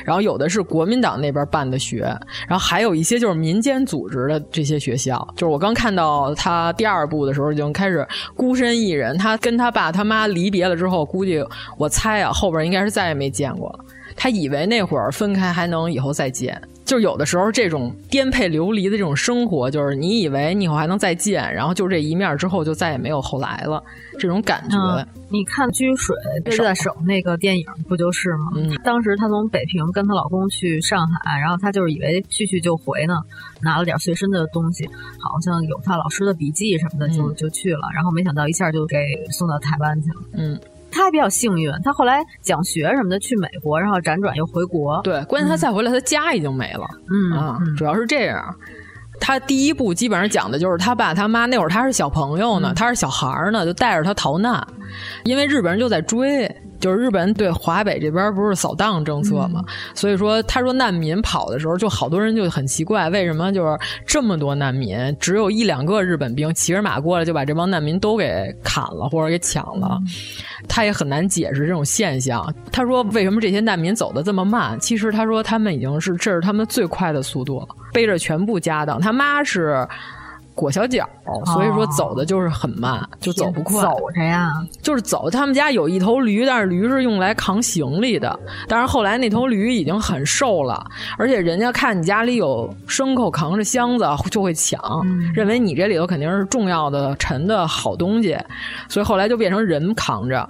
然后有的是国民党那边办的学，然后还有一些就是民间组织的这些学校。就是我刚看到他第二部的时候，已经开始孤身一人。他跟他爸他妈离别了之后，估计我猜啊，后边应该是再也没见过了。他以为那会儿分开还能以后再见。就有的时候这种颠沛流离的这种生活，就是你以为你以后还能再见，然后就这一面之后就再也没有后来了，这种感觉。嗯、你看《掬水对在手》那个电影不就是吗？嗯、当时她从北平跟她老公去上海，然后她就是以为去去就回呢，拿了点随身的东西，好像有她老师的笔记什么的就，就、嗯、就去了，然后没想到一下就给送到台湾去了。嗯。他还比较幸运，他后来讲学什么的去美国，然后辗转又回国。对，关键他再回来，嗯、他家已经没了。嗯啊，主要是这样。他第一部基本上讲的就是他爸他妈那会儿他是小朋友呢，嗯、他是小孩儿呢，就带着他逃难，因为日本人就在追，就是日本人对华北这边不是扫荡政策嘛，嗯、所以说他说难民跑的时候，就好多人就很奇怪，为什么就是这么多难民，只有一两个日本兵骑着马过来就把这帮难民都给砍了或者给抢了，嗯、他也很难解释这种现象。他说为什么这些难民走的这么慢？其实他说他们已经是这是他们最快的速度了，背着全部家当。他妈是裹小脚，所以说走的就是很慢，哦、就哦走不快。走着呀，就是走。他们家有一头驴，但是驴是用来扛行李的。但是后来那头驴已经很瘦了，而且人家看你家里有牲口扛着箱子，就会抢，嗯、认为你这里头肯定是重要的、沉的好东西，所以后来就变成人扛着。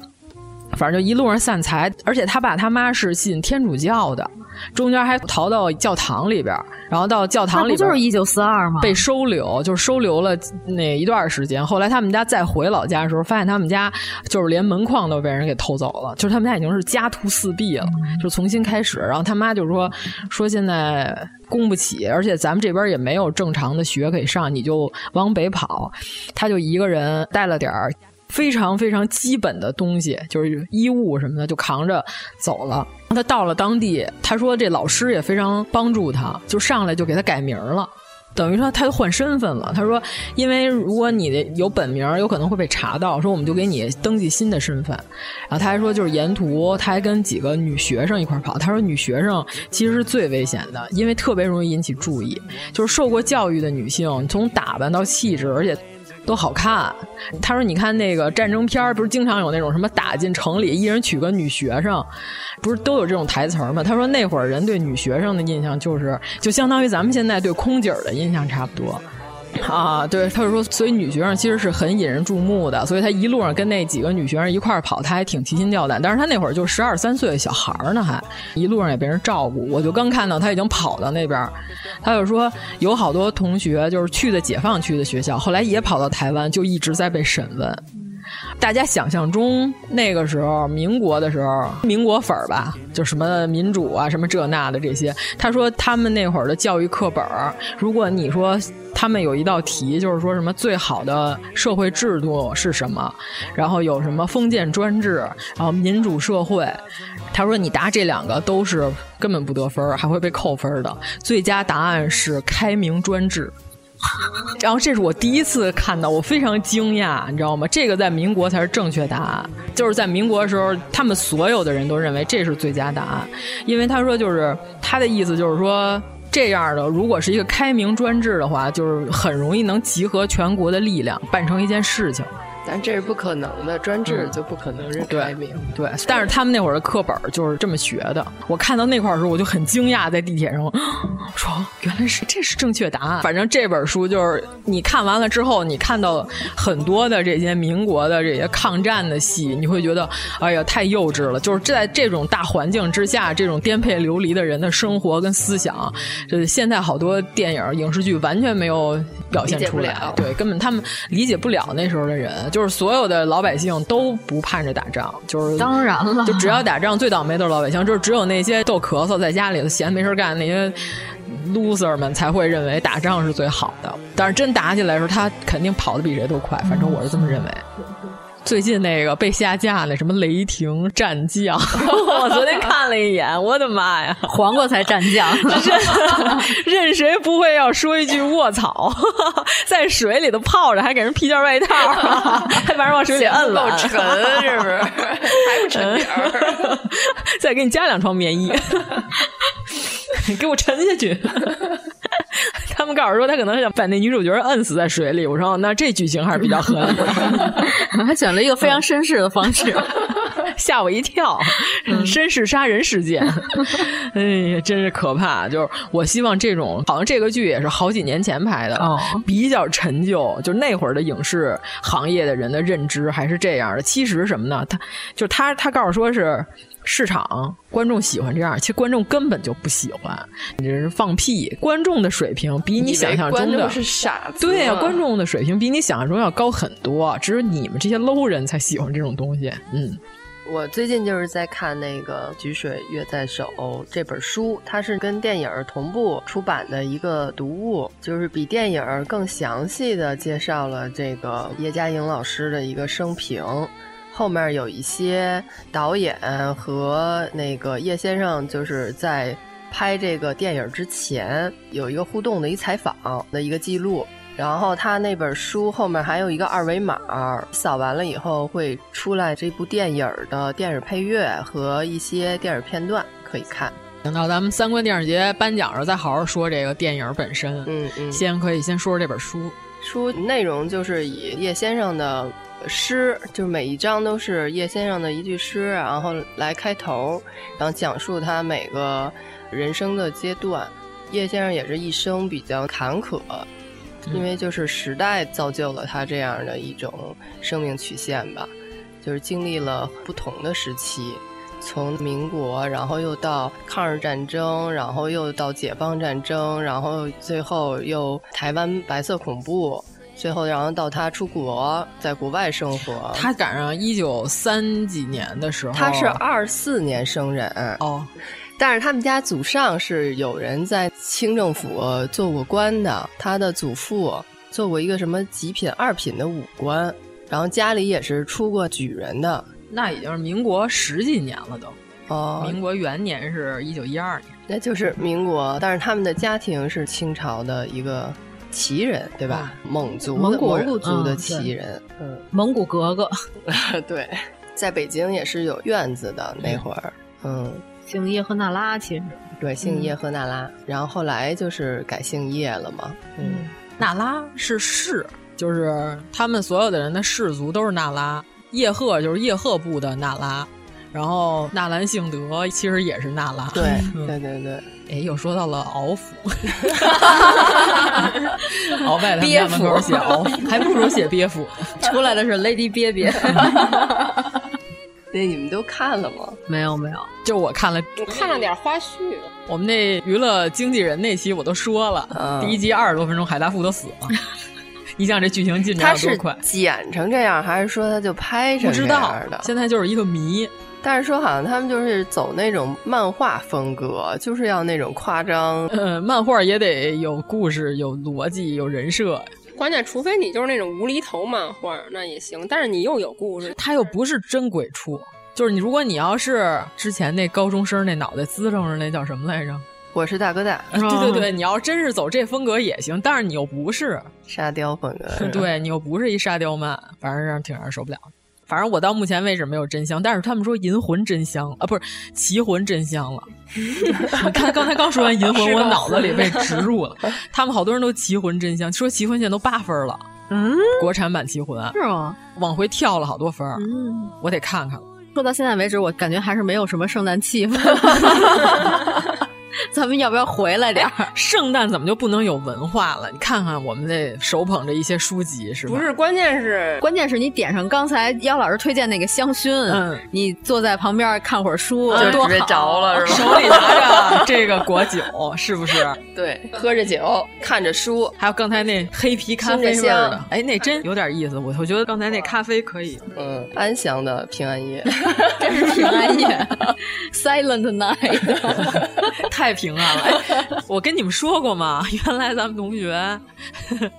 反正就一路上散财，而且他爸他妈是信天主教的，中间还逃到教堂里边，然后到教堂里边就是一九四二吗？被收留，就是收留了那一段时间。后来他们家再回老家的时候，发现他们家就是连门框都被人给偷走了，就是他们家已经是家徒四壁了，就重新开始。然后他妈就说说现在。供不起，而且咱们这边也没有正常的学可以上，你就往北跑。他就一个人带了点儿非常非常基本的东西，就是衣物什么的，就扛着走了。他到了当地，他说这老师也非常帮助他，就上来就给他改名了。等于说，他就换身份了。他说，因为如果你的有本名，有可能会被查到，说我们就给你登记新的身份。然后他还说，就是沿途他还跟几个女学生一块跑。他说，女学生其实是最危险的，因为特别容易引起注意。就是受过教育的女性，从打扮到气质，而且。都好看。他说：“你看那个战争片儿，不是经常有那种什么打进城里，一人娶个女学生，不是都有这种台词儿吗？”他说：“那会儿人对女学生的印象就是，就相当于咱们现在对空姐儿的印象差不多。” 啊，对，他就说，所以女学生其实是很引人注目的，所以他一路上跟那几个女学生一块儿跑，他还挺提心吊胆。但是他那会儿就十二三岁小孩儿呢，还一路上也被人照顾。我就刚看到他已经跑到那边，他就说有好多同学就是去的解放区的学校，后来也跑到台湾，就一直在被审问。大家想象中那个时候，民国的时候，民国粉儿吧，就什么民主啊，什么这那的这些。他说他们那会儿的教育课本，如果你说他们有一道题，就是说什么最好的社会制度是什么，然后有什么封建专制，然后民主社会。他说你答这两个都是根本不得分，还会被扣分的。最佳答案是开明专制。然后这是我第一次看到，我非常惊讶，你知道吗？这个在民国才是正确答案，就是在民国的时候，他们所有的人都认为这是最佳答案，因为他说就是他的意思就是说。这样的，如果是一个开明专制的话，就是很容易能集合全国的力量，办成一件事情。但这是不可能的，专制就不可能是开明。嗯、对,对，但是他们那会儿的课本就是这么学的。我看到那块儿的时候，我就很惊讶，在地铁上，我 说原来是这是正确答案。反正这本书就是你看完了之后，你看到很多的这些民国的这些抗战的戏，你会觉得哎呀太幼稚了。就是在这种大环境之下，这种颠沛流离的人的生活跟思想。就是现在好多电影、影视剧完全没有表现出来，对，根本他们理解不了那时候的人，就是所有的老百姓都不盼着打仗，就是当然了，就只要打仗最倒霉都是老百姓，就是只有那些逗咳嗽在家里头闲没事干那些 loser 们才会认为打仗是最好的。但是真打起来的时候，他肯定跑得比谁都快，反正我是这么认为。嗯 最近那个被下架那什么雷霆战将， 我昨天看了一眼，我的妈呀，黄瓜才战 将， 任任谁不会要说一句卧槽， 在水里头泡着还给人披件外套， 还把人往水里摁了，啊够沉啊是不是？还不沉点儿？ 再给你加两床棉衣，给我沉下去。他们告诉说，他可能想把那女主角摁死在水里。我 哦说，那这剧情还是比较狠，嗯还选了一个非常绅士的方式。 吓我一跳，绅士杀人事件，哎呀，真是可怕！就是我希望这种，好像这个剧也是好几年前拍的，哦、比较陈旧，就那会儿的影视行业的人的认知还是这样的。其实什么呢？他就他他告诉说是。市场观众喜欢这样，其实观众根本就不喜欢，你这是放屁！观众的水平比你想象中的是傻子，对呀、啊，观众的水平比你想象中要高很多，只有你们这些 low 人才喜欢这种东西。嗯，我最近就是在看那个《举水月在手》这本书，它是跟电影同步出版的一个读物，就是比电影更详细的介绍了这个叶嘉莹老师的一个生平。后面有一些导演和那个叶先生，就是在拍这个电影之前有一个互动的一采访的一个记录。然后他那本书后面还有一个二维码，扫完了以后会出来这部电影的电影配乐和一些电影片段可以看。等到咱们三观电影节颁奖时候再好好说这个电影本身。嗯嗯，先可以先说说这本书。书内容就是以叶先生的诗，就是每一章都是叶先生的一句诗，然后来开头，然后讲述他每个人生的阶段。叶先生也是一生比较坎坷，因为就是时代造就了他这样的一种生命曲线吧，就是经历了不同的时期。从民国，然后又到抗日战争，然后又到解放战争，然后最后又台湾白色恐怖，最后然后到他出国，在国外生活。他赶上一九三几年的时候，他是啊二四年生人哦，但是他们家祖上是有人在清政府做过官的，他的祖父做过一个什么极品、二品的武官，然后家里也是出过举人的。那已经是民国十几年了，都。哦，嗯民国元年是一九一二年，那就是民国。但是他们的家庭是清朝的一个旗人，对吧？啊、嗯蒙族蒙古族的旗人， 嗯，嗯蒙古格 格。对，在北京也是有院子的那会儿，嗯，姓叶赫那拉其实对，姓叶赫那拉。嗯、然后后来就是改姓叶了嘛，嗯，那拉是氏，就是他们所有的人的氏族都是那拉。叶赫就是叶赫部的那拉，然后纳兰性德其实也是那拉。对 嗯对对对，哎，又说到了敖 府，鳌拜他们家门口写敖，还不如写鳖府， 出来的是 Lady 鳖鳖。那你们都看了吗？没有没有，就我看了，我看了点花絮。我们那娱乐经纪人那期我都说了，嗯、第一集二十多分钟，海大富都死 了。你想这剧情进展多快？剪成这样，还是说他就拍成这样的？现在就是一个谜。但是说好像他们就是走那种漫画风格，就是要那种夸张。呃，漫画也得有故事、有逻辑、有人设。关键，除非你就是那种无厘头漫画，那也行。但是你又有故事，它又不是真鬼畜。就是你，如果你要是之前那高中生那脑袋滋楞着那叫什么来着？我是大哥大， 对对对，你要真是走这风格也行，但是你又不是沙雕风格，哎对你又不是一沙雕漫，反正让挺让人受不了。反正我到目前为止没有真香，但是他们说银魂真香啊，不是奇魂真香了。 你看刚才刚说完 银魂，我脑子里被植入了。他们好多人都奇魂真香，说奇魂现在都八分了，嗯，国产版奇魂是哦吗？往回跳了好多分，嗯，我得看看。说到现在为止，我感觉还是没有什么圣诞气氛。 咱们要不要回来点儿、哎？圣诞怎么就不能有文化了？你看看我们这手捧着一些书籍，是不是？关键是关键是你点上刚才姚老师推荐那个香薰，嗯，你坐在旁边看会儿书，就直接着了，是 吧？手里拿着这个果酒，是不 是？对，喝着酒，看着书，还有刚才那黑皮咖啡味的，哎，那真有点意思。我我觉得刚才那咖啡可 以，嗯，安详的平安 夜，真是平安夜 ，Silent Night。 太平安了、哎！我跟你们说过吗？ 原来咱们同学， 呵呵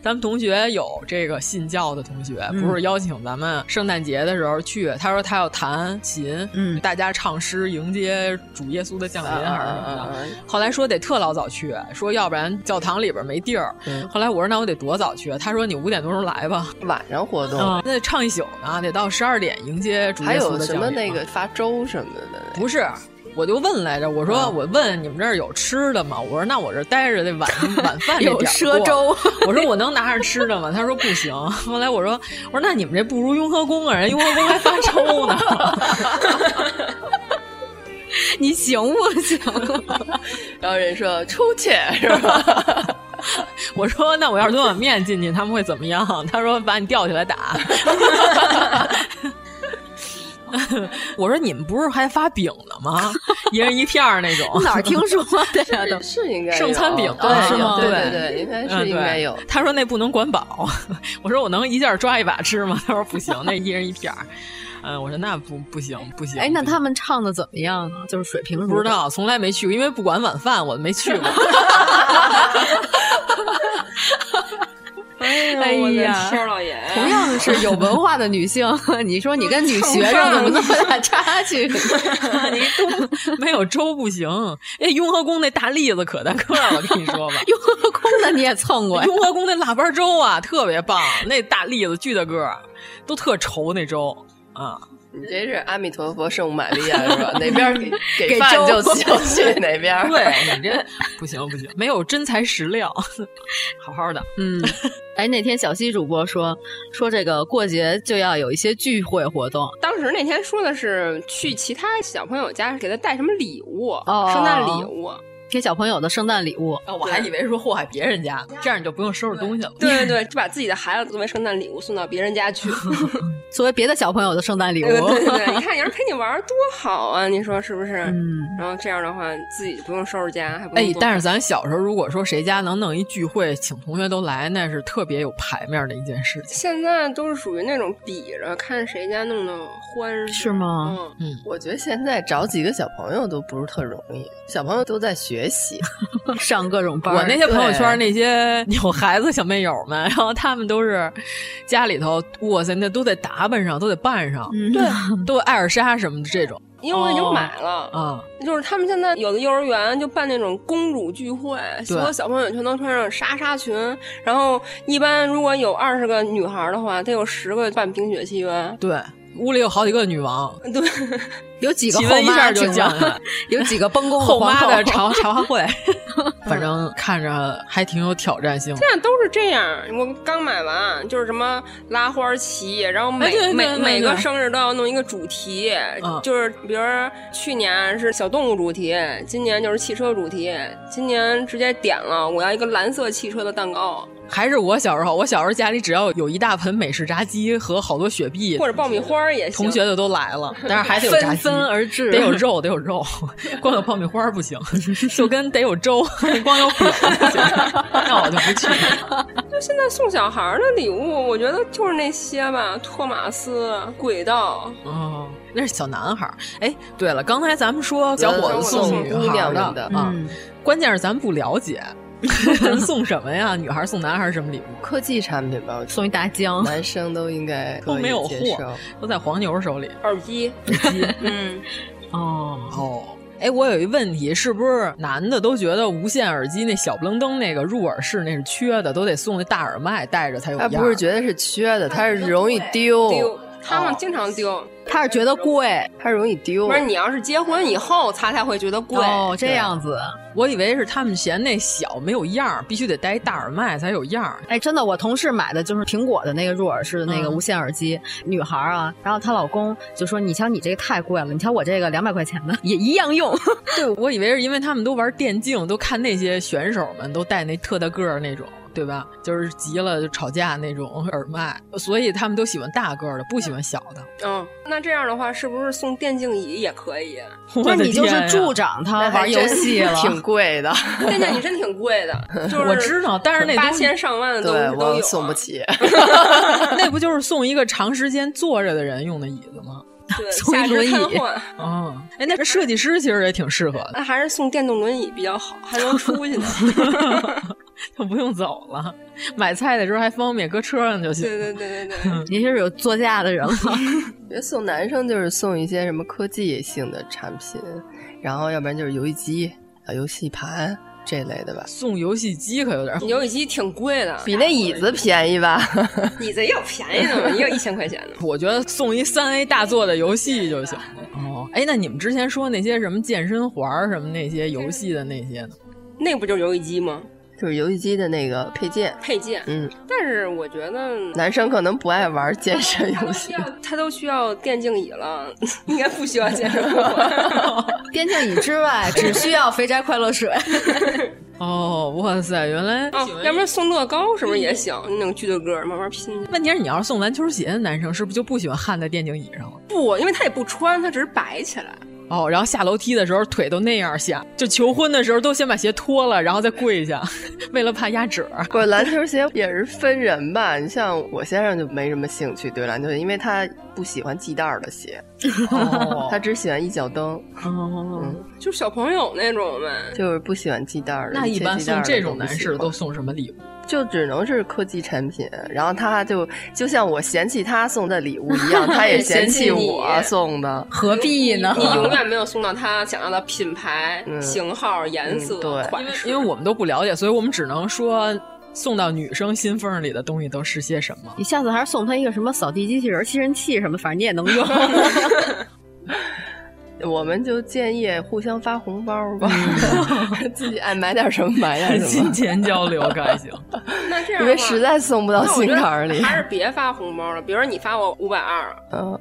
咱们同学有这个信教的同学，不是邀请咱们圣诞节的时候去？他说他要弹琴，嗯，大家唱诗迎接主耶稣 的降临还是什么的。啊、后来说得特老早去，说要不然教堂里边没地儿。嗯、后来我说那我得多早去？他说你五点多钟来吧，晚上活动、嗯、那唱一宿呢，得到十二点迎接主耶稣的降临。还有啊什么那个发粥什么的？不是。我就问来着，我说我问你们这儿有吃的吗？我说那我这待着这 晚晚饭这有点赊粥，我说我能拿着吃的吗？他说不行。后来我说我说那你们这不如雍和宫啊，人雍和宫还发粥呢。 你行不行？然后人说出去是吧？ 我说那我要是端碗面进去，他们会怎么样？他说把你吊起来打。 我说你们不是还发饼呢吗？一人一片儿那种。哪儿听 说的呀？啊都是应该啊剩餐饼啊对是吗？嗯对对嗯对，应该是应该有。他说那不能管饱， 我说我能一下抓一把吃吗？他说不行，那一人一片儿。嗯，我说那不不行不行。哎，那他们唱的怎么样呢？就是水平不知道，从来没去过，因为不管晚饭，我没去过。哎呀，天老爷！同样是有文化的女性， 你说你跟女学生怎么那么大差距？ 你都没有粥不行。哎，雍和宫那大栗子可大个儿了，跟你说 吧。雍和宫的你也蹭过？雍和宫那腊八粥啊，特别棒，那大栗子巨大个儿，都特稠那粥啊。你这是阿弥陀佛圣母玛利亚是吧？哪边给给饭就就去哪边。对你这不行不行，没有真材实料， 好好的。嗯，哎，那天小西主播说说这个过节就要有一些聚会活动，当时那天说的是去其他小朋友家给他带什么礼物，哦、圣诞礼物。给小朋友的圣诞礼物，哦、我还以为说祸害别人家，这样你就不用收拾东西了。 对对对，就把自己的孩子作为圣诞礼物送到别人家去，作为别的小朋友的圣诞礼物。对,对对对，你看有人陪你玩多好啊，你说是不是？嗯。然后这样的话，自己不用收拾家，还不哎。但是咱小时候，如果说谁家能弄一聚会，请同学都来，那是特别有排面的一件事情。现在都是属于那种比着看谁家弄的欢，是吗？嗯，嗯我觉得现在找几个小朋友都不是特容易，小朋友都在学。学习，上各种班。我那些朋友圈那些 有孩子小妹友们，然后他们都是家里头，哇塞，那都得打扮上，都得扮上，嗯、 对，都爱尔莎什么的这种。因为我已经买了啊，就是他们现在有的幼儿园就办那种公主聚会，所有小朋友全都穿上纱纱裙，然后一般如果有二十个女孩的话，得有十个办冰雪奇缘。对。屋里有好几个女王，对， 有几个后妈就降了，有几个崩宫后妈啊的茶茶话会， 反正看着还挺有挑战性。现在都是这样，我刚买完就是什么拉花旗，然后每、哎、每每个生日都要弄一个主题，嗯、就是比如去年是小动物主题，今年就是汽车主题，今年直接点了我要一个蓝色汽车的蛋糕。还是我小时候，我小时候家里只要有一大盆美式炸鸡和好多雪碧或者爆米花也行，同学就都来了。但是还得有炸鸡，纷纷而至，得有肉，得有肉， 光有爆米花不行，就跟得有粥，光有饼不行。 那我就不去了。就现在送小孩的礼物，我觉得就是那些吧，托马斯、轨道。哦，那是小男孩。哎，对了，刚才咱们说小伙子送女孩的嗯啊，关键是咱们不了解。送什么呀？女孩送男孩什么礼物？科技产品吧，送一大箱。男生都应该都没有货，都在黄牛手里。耳机，耳机，嗯，哦哦，哎，我有一问题，是不是男的都觉得无线耳机那小不楞登那个入耳式那是缺的，都得送那大耳麦戴着才有？他啊不是觉得是缺的，他是容易哦丢。丢他们经常丢，他是觉得贵，他容易丢。不是你要是结婚以后，他才会觉得贵哦。这样子，我以为是他们嫌那小没有样儿，必须得戴一大耳麦才有样儿。哎，真的，我同事买的就是苹果的那个入耳式的那个无线耳机，嗯、女孩啊，然后她老公就说：“你瞧你这个太贵了，你瞧我这个两百块钱的也一样用。”对，我以为是因为他们都玩电竞，都看那些选手们都戴那特大个儿那种。对吧？就是急了就吵架那种耳麦，所以他们都喜欢大个儿的，不喜欢小的。嗯、哦，那这样的话，是不是送电竞椅也可以？啊那你 就是助 长他玩游戏了，挺贵的。电竞椅真挺贵的，就是我知道，但是那八千上万的都都有、啊，送不起。 那不就是送一个长时间坐着的人用的椅子吗？对，送一轮椅。哦，哎，那个设计师其实也挺适合的。那还是送电动轮椅比较好，还能出去呢，就不用走了。买菜的时候还方便，搁车上就行。对对对对对，您是有座驾的人了。别送男生就是送一些什么科技性的产品，然后要不然就是游戏机、啊游戏盘。这类的吧，送游戏机可有点， 游戏机挺贵的，哎比那椅子便宜吧？ 椅子也有便宜的嘛，也有一千块钱的。我觉得送一三 A 大作的游戏就行了。哦，哦，哎，那你们之前说那些什么健身环什么那些游戏的那些呢？那不就是游戏机吗？就是游戏机的那个配件，配件，嗯。但是我觉得男生可能不爱玩健身游戏， 他都需要电竞椅了，应该不需要健身电竞椅之外，只需要肥宅快乐水。哦，哇塞，原来哦，要不然送乐高是不是也行？那种巨对个慢慢拼。问题是你要是送篮球鞋的男生，是不是就不喜欢焊在电竞椅上了？不，因为他也不穿，他只是摆起来。哦，然后下楼梯的时候腿都那样下，就求婚的时候都先把鞋脱了，然后再跪下， 为了怕压褶。不是篮球鞋也是分人吧？你像我先生就没什么兴趣对篮球鞋，因为他不喜欢系带儿的鞋， 哦、他只喜欢一脚蹬。哦，嗯、就小朋友那种呗，就是不喜欢系带儿的。那一般送这种男士都送什么礼物？就只能是科技产品，然后他就就像我嫌弃他送的礼物一样，他也嫌弃我送的，何必呢你？你永远没有送到他想要的品牌、嗯、型号、颜色、 嗯、款式，因为我们都不了解，所以我们只能说。送到女生心缝里的东西都是些什么？你下次还是送她一个什么扫地机器人、吸尘器什么，反正你也能用。 我们就建议互相发红包吧， 自己爱买点什么哎买点什么，金钱交流还 行。那这样，因为实在送不到心坎里，还是别发红包了。比如说你发我五百二，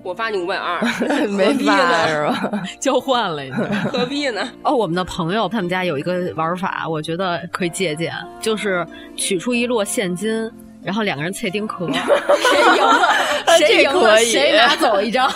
我发你五百二，嗯 没啊发是吧？交换了， 何必呢？哦，我们的朋友他们家有一个玩法，我觉得可以借鉴，就是取出一摞现金。然后两个人脆丁 壳，谁赢了谁赢了谁拿走一张，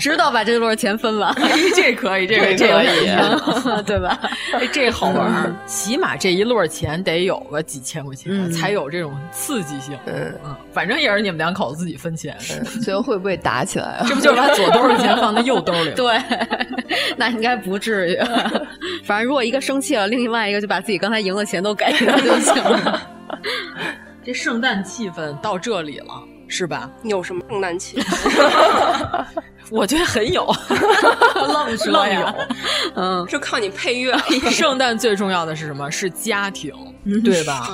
直到把这摞钱分完。哎这可以，这个这可以， 对吧？哎，这好玩儿，嗯、起码这一摞钱得有个几千块钱，嗯、才有这种刺激性。嗯，反正也是你们两口子自己分钱，最后会不会打起来？啊这不就是把左兜的钱放在右兜里？对， 那应该不至 于。反正如果一个生气了，另外一个就把自己刚才赢的钱都给他就行了。这圣诞气氛到这里了，是吧？有什么圣诞气？我觉得很 有，愣说愣有，嗯， 就靠你配 乐。 圣诞最重要的是什么？是家庭，嗯对吧？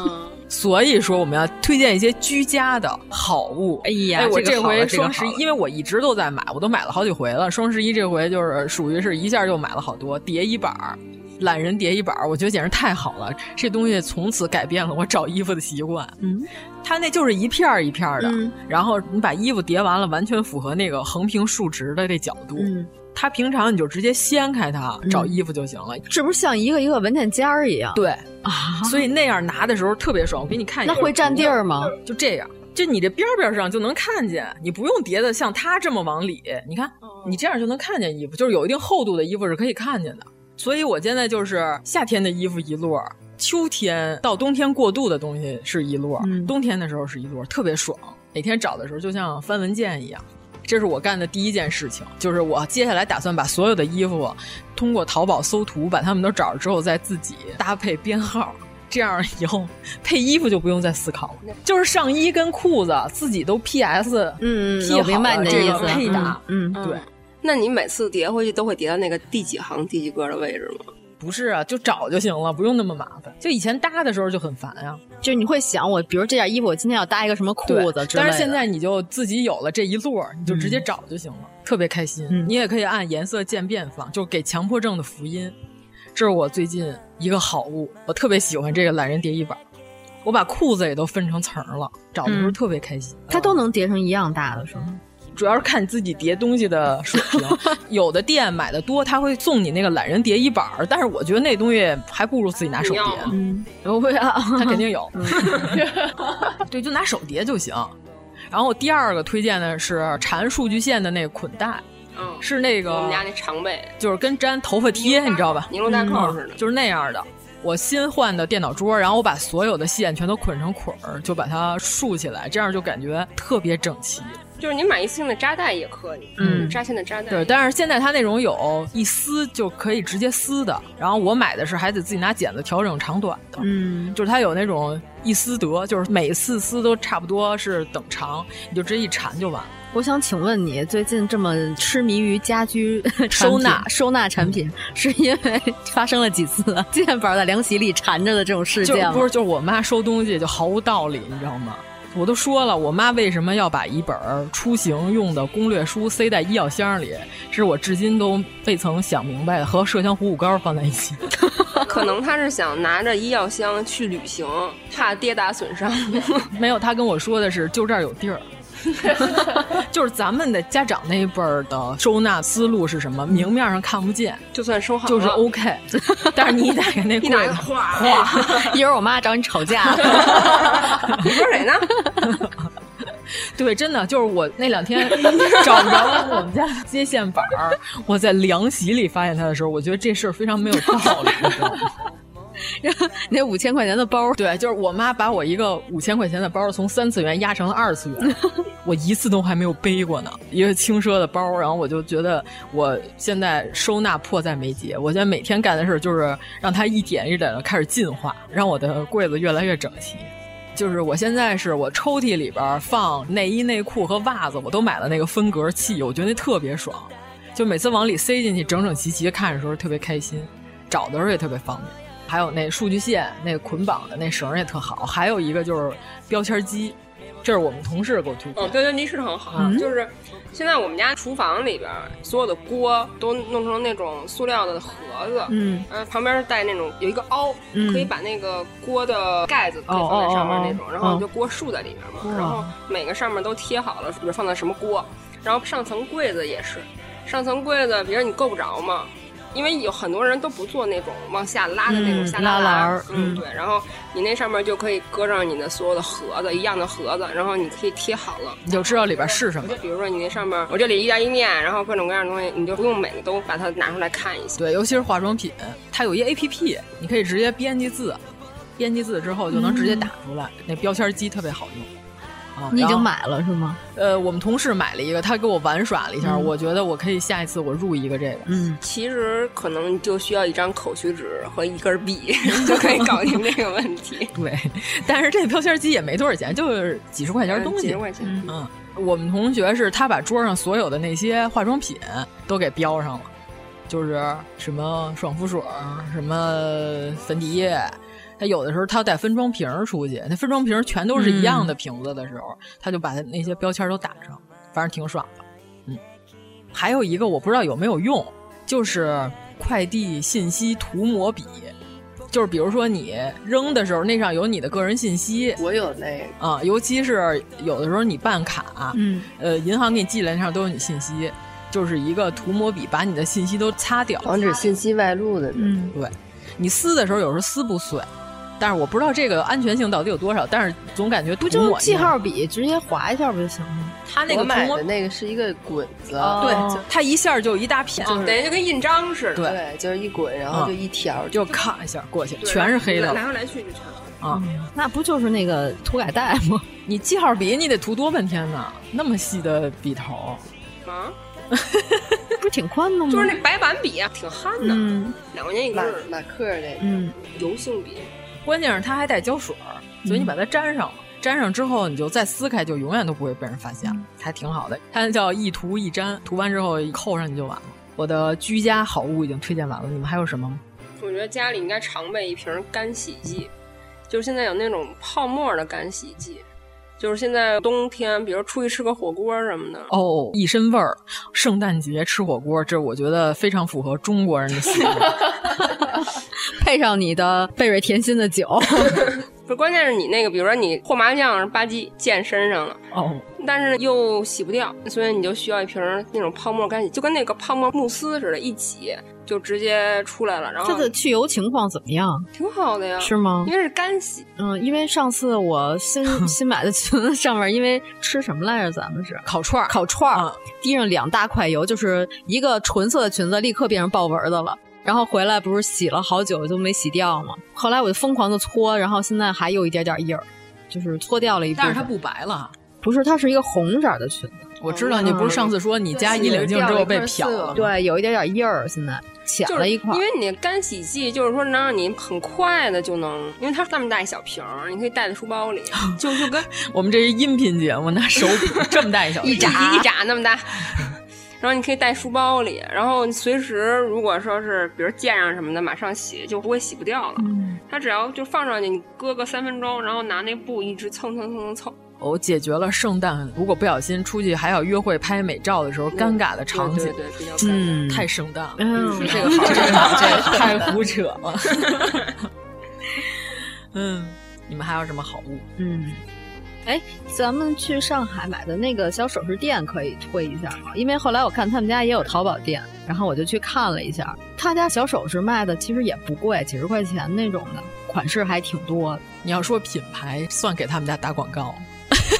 所以说我们要推荐一些居家的好物。 哎呀，哎，我这回双十一，因为我一直都在买，我都买了好几回了。双十一这回就是属于是呃一下就买了好多叠衣板儿。懒人叠衣板，我觉得简直太好了！这东西从此改变了我找衣服的习惯。嗯，它那就是一片儿一片儿的，嗯、然后你把衣服叠完了，完全符合那个横平竖直的这角度。嗯，它平常你就直接掀开它、嗯、找衣服就行了。这不是像一个一个文件夹儿一样？对啊，所以那样拿的时候特别爽。我给你看一下，那会占地儿吗？就这样。就你这边边上就能看见，你不用叠的像它这么往里。你看，哦你这样就能看见衣服，就是有一定厚度的衣服是可以看见的。所以我现在就是夏天的衣服一摞，秋天到冬天过渡的东西是一摞，嗯、冬天的时候是一摞，特别爽。每天找的时候就像翻文件一样。这是我干的第一件事情，就是我接下来打算把所有的衣服通过淘宝搜图，把它们都找着之后，再自己搭配编号。这样以后配衣服就不用再思考了，就是上衣跟裤子自己都 P S，嗯，P 啊明白你的意思，配搭，嗯，对。那你每次叠回去都会叠到那个第几行第几格的位置吗？不是啊，就找就行了，不用那么麻烦。就以前搭的时候就很烦啊，就你会想我，比如这件衣服我今天要搭一个什么裤子之类的。但是现在你就自己有了这一摞，你就直接找就行了，嗯、特别开心。嗯、你也可以按颜色渐变放，就给强迫症的福音。这是我最近一个好物，我特别喜欢这个懒人叠衣板。我把裤子也都分成层了，找的时候特别开心。嗯、它都能叠成一样大的是吗？主要是看你自己叠东西的水 平，有的店买的多，他会送你那个懒人叠衣板儿，但是我觉得那东西还不如自己拿手叠。嗯，我不要，他肯定 嗯有。 对，就拿手叠就行。然后第二个推荐的是缠数据线的那个捆带，嗯，是那个我们家那常备，就是跟粘头发贴，你知道吧？尼龙带扣似的，就是那样的。我新换的电脑桌，然后我把所有的线全都捆成捆儿，就把它竖起来，这样就感觉特别整齐。就是你买一次性的扎带也可以，嗯，扎线的扎带。对，但是现在它那种有一撕就可以直接撕的，然后我买的是还得自己拿剪子调整长短的，嗯，就是它有那种一撕得，就是每次撕都差不多是等长，你就直接一缠就完了。我想请问你，最近这么痴迷于家居 收纳收纳产品，是因为 发生了几次啊键盘在凉席里缠着的这种事件吗？不是，就是我妈收东西就毫无道理，你知道吗？我都说了，我妈为什么要把一本出行用的攻略书塞在医药箱里，是我至今都未曾想明白的，和麝香虎骨膏放在一起。 可能他是想拿着医药箱去旅行，怕跌打损伤。 没有，他跟我说的是，就这儿有地儿。 就是咱们的家长那一辈儿的收纳思路是什么？明面上看不见，就算收好就是 OK。但是你一打开 那柜子，哗一会儿我妈找你吵架。 你说谁呢？对，真的就是我那两天找不着我们家接线板儿，我在凉席里发现它的时候，我觉得这事儿非常没有道理，你知道吗？ 然后那五千块钱的包，对，就是我妈把我一个五千块钱的包从三次元压成了二次元，我一次都还没有背过呢。一个轻奢的包，然后我就觉得我现在收纳迫在眉睫。我现在每天干的事就是让它一点一点的开始进化，让我的柜子越来越整齐。就是我现在是我抽屉里边放内衣、内裤和袜子，我都买了那个分隔器，我觉得那特别爽，就每次往里塞进去，整整齐齐看的时候特别开心，找的时候也特别方便。还有那数据线，那捆绑的那绳也特好。还有一个就是标签机，这是我们同事给我推荐。哦，标签机是很好，嗯、就是现在我们家厨房里边所有的锅都弄成那种塑料的盒子，嗯，呃，旁边带那种有一个凹，嗯、可以把那个锅的盖子可以放在上面那种，哦哦哦然后就锅竖在里面嘛，然后每个上面都贴好了，比如放在什么锅，然后上层柜子也是，上层柜子，比如你够不着嘛。因为有很多人都不做那种往下拉的那种下拉篮儿，嗯，对。然后你那上面就可以搁上你的所有的盒子，一样的盒子，然后你可以贴好了，你就知道里边啊是什么。就比如说你那上面，我这里意大利面，然后各种各样的东西，你就不用每个都把它拿出来看一下。对，尤其是化妆品，它有一 A P P，你可以直接编辑字，编辑字之后就能直接打出来，嗯、那标签机特别好用。啊你已经买了是吗？呃，我们同事买了一个，他给我玩耍了一下，嗯、我觉得我可以下一次我入一个这个。嗯，其实可能就需要一张口须纸和一根笔 就可以搞定这个问 题。对，但是这标签机也没多少钱，就是几十块钱的东西。嗯、呃几十块钱。嗯,嗯，我们同学是他把桌上所有的那些化妆品都给标上了，就是什么爽肤水、什么粉底液。他有的时候他要带分装瓶出去，那分装瓶全都是一样的瓶子的时候，嗯、他就把他那些标签都打上，反正挺爽的。嗯，还有一个我不知道有没有用，就是快递信息涂抹笔，就是比如说你扔的时候那上有你的个人信息，我有那个啊，尤其是有的时候你办卡，嗯，呃，银行给你寄来那上都有你信息，就是一个涂抹笔把你的信息都擦掉，防止信息外露的。嗯，对，你撕的时候有时候撕不碎。但是我不知道这个安全性到底有多少，但是总感觉不就记号笔直接划一下不就行吗？它那个买的那个是一个滚子，哦、对，它一下就一大片，等于、就是哦、就跟印章似的。对，就是一滚，然后就一条，嗯、就咔一下过去，全是黑的，来回来去就全是。啊、嗯，那不就是那个涂改带吗？ 你记号笔你得涂多半天呢，那么细的笔头啊。不是挺宽的吗？就是那白板笔、啊、挺憨的，嗯、两块钱一根儿，马克那个，嗯，油性笔。关键是它还带胶水，所以你把它粘上了，嗯、粘上之后你就再撕开，就永远都不会被人发现了，嗯、还挺好的。它叫一涂一粘，涂完之后扣上你就完了。我的居家好物已经推荐完了，你们还有什么吗？我觉得家里应该常备一瓶干洗剂，就是现在有那种泡沫的干洗剂。就是现在冬天，比如出去吃个火锅什么的，哦，一身味儿。圣诞节吃火锅，这我觉得非常符合中国人的习 惯。配上你的贝瑞甜心的酒，哦 不，关键是你那个，比如说你和麻将吧唧溅身上了，哦，但是又洗不掉，所以你就需要一瓶那种泡沫干洗，就跟那个泡沫慕斯似的，一挤。就直接出来了，然后它的去油情况怎么样？挺好的呀，是吗？因为是干洗。嗯，因为上次我新 新买的裙子上面，因为吃什么来着？咱们是烤串儿，烤串儿、嗯、滴上两大块油，就是一个纯色的裙子，立刻变成豹纹的了。然后回来不是洗了好久都没洗掉吗？后来我就疯狂的搓，然后现在还有一点点印儿，就是搓掉了一部分。但是它不白了，不是，它是一个红色的裙子。我知道你不是上次说你家衣领巾之后被漂了，对，有一点点印儿，现在浅了一块。因为你干洗剂就是说能让你很快的就能，因为它那么大一小瓶儿，你可以带在书 包里，就就跟我们这是音频节目，拿手柄这么大 一小一扎一扎那么大，然后你可以带书包里，然后随时如果说是比如溅上什么的，马上洗就不会洗不掉了。嗯、它只要就放上去，你搁个三分钟，然后拿那布一直蹭蹭蹭蹭蹭。解决了圣诞如果不小心出去还要约会拍美照的时候尴尬的场景，嗯，太圣诞了，嗯， 这个好，这个好，这个太胡扯了。嗯，你们还有什么好物？嗯。哎，咱们去上海买的那个小首饰店可以推一下吗？因为后来我看他们家也有淘宝店，然后我就去看了一下，他家小首饰卖的其实也不贵，几十块钱那种的，款式还挺多的。 你要说品牌，算给他们家打广 告。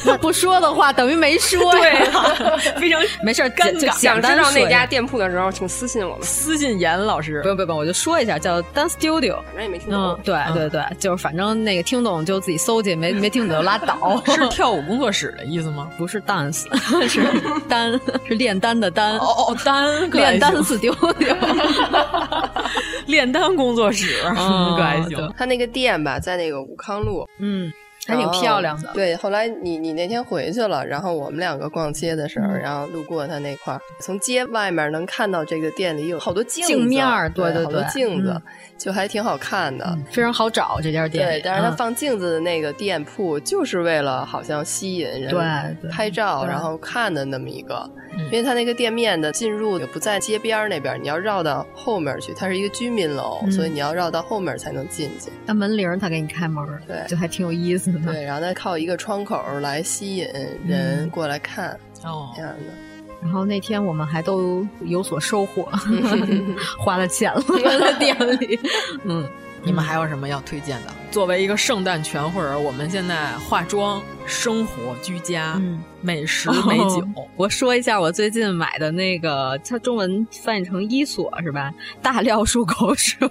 那不说的话，等于没说呀。对啊、非常没事，尴尬。想知道那家店铺的时候，请私信我们，私信严老 师。不不不，我就说一下，叫 Dance Studio。反正也没听懂。嗯、对对对，嗯、就是反正那个听懂就自己搜去，没没听懂就拉 倒。 是跳舞工作室的意思吗？不是 dance，是单，是炼丹的丹。哦哦，丹炼丹 Studio，炼丹工作室，嗯、 可还行。他那个店吧，在那个武康路。嗯。还挺漂亮的。对，后来你你那天回去了，然后我们两个逛街的嗯时候，然后路过他那块儿，从街外面能看到这个店里有好多镜镜面儿，对对对，嗯好多镜子，就还挺好看的，嗯非常好找这家店。对，但是他放镜子的那个店铺，就是为了好像吸引人拍照，然后看的那么一个，嗯因为他那个店面的进入也不在街边那边，你要绕到后面去，它是一个居民楼，所嗯以你要绕到后面才能进去。那门铃他给你开门，对，就还挺有意思。对，然后再靠一个窗口来吸引人过来看，哦、嗯，这样的。然后那天我们还都有所收 获，花了钱了在 店里。嗯，你们还有什么要推荐的？作为一个圣诞全会儿，我们现在化妆、生活、居家、嗯、美食、美酒、哦。我说一下我最近买的那个，它中文翻译成伊索是吧？大料漱口 水。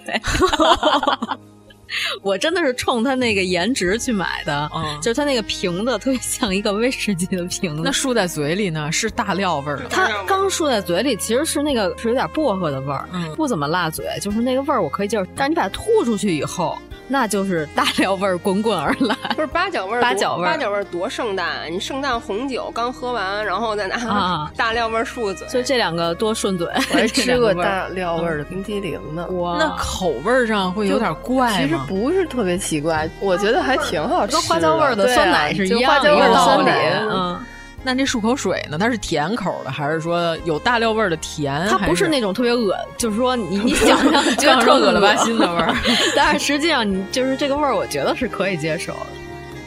我真的是冲它那个颜值去买的，嗯、就是它那个瓶子特别像一个威士忌的瓶子。那漱在嘴里呢是大料味儿，它刚漱在嘴里其实是那个是有点薄荷的味儿，嗯、不怎么辣嘴，就是那个味儿我可以接受。但是你把它吐出去以后，那就是大料味儿滚滚而来。 不是八角味儿，哎八角味儿，八角味儿多圣诞、啊！你圣诞红酒刚喝完，然后再拿大料味儿漱嘴、啊，就这两个多顺嘴。我 还吃过大料味儿的冰激凌呢，哇，嗯那口味上会有点怪吗？不是特别奇怪，我觉得还挺好吃，跟花椒味儿的酸奶是一样的道理。嗯，那这漱口水呢？它是甜口的，还是说有大料味儿的甜？它不是那种特别恶，就是说你你想象觉得特恶了吧心的味儿，但是实际上你就是这个味儿，我觉得是可以接受的，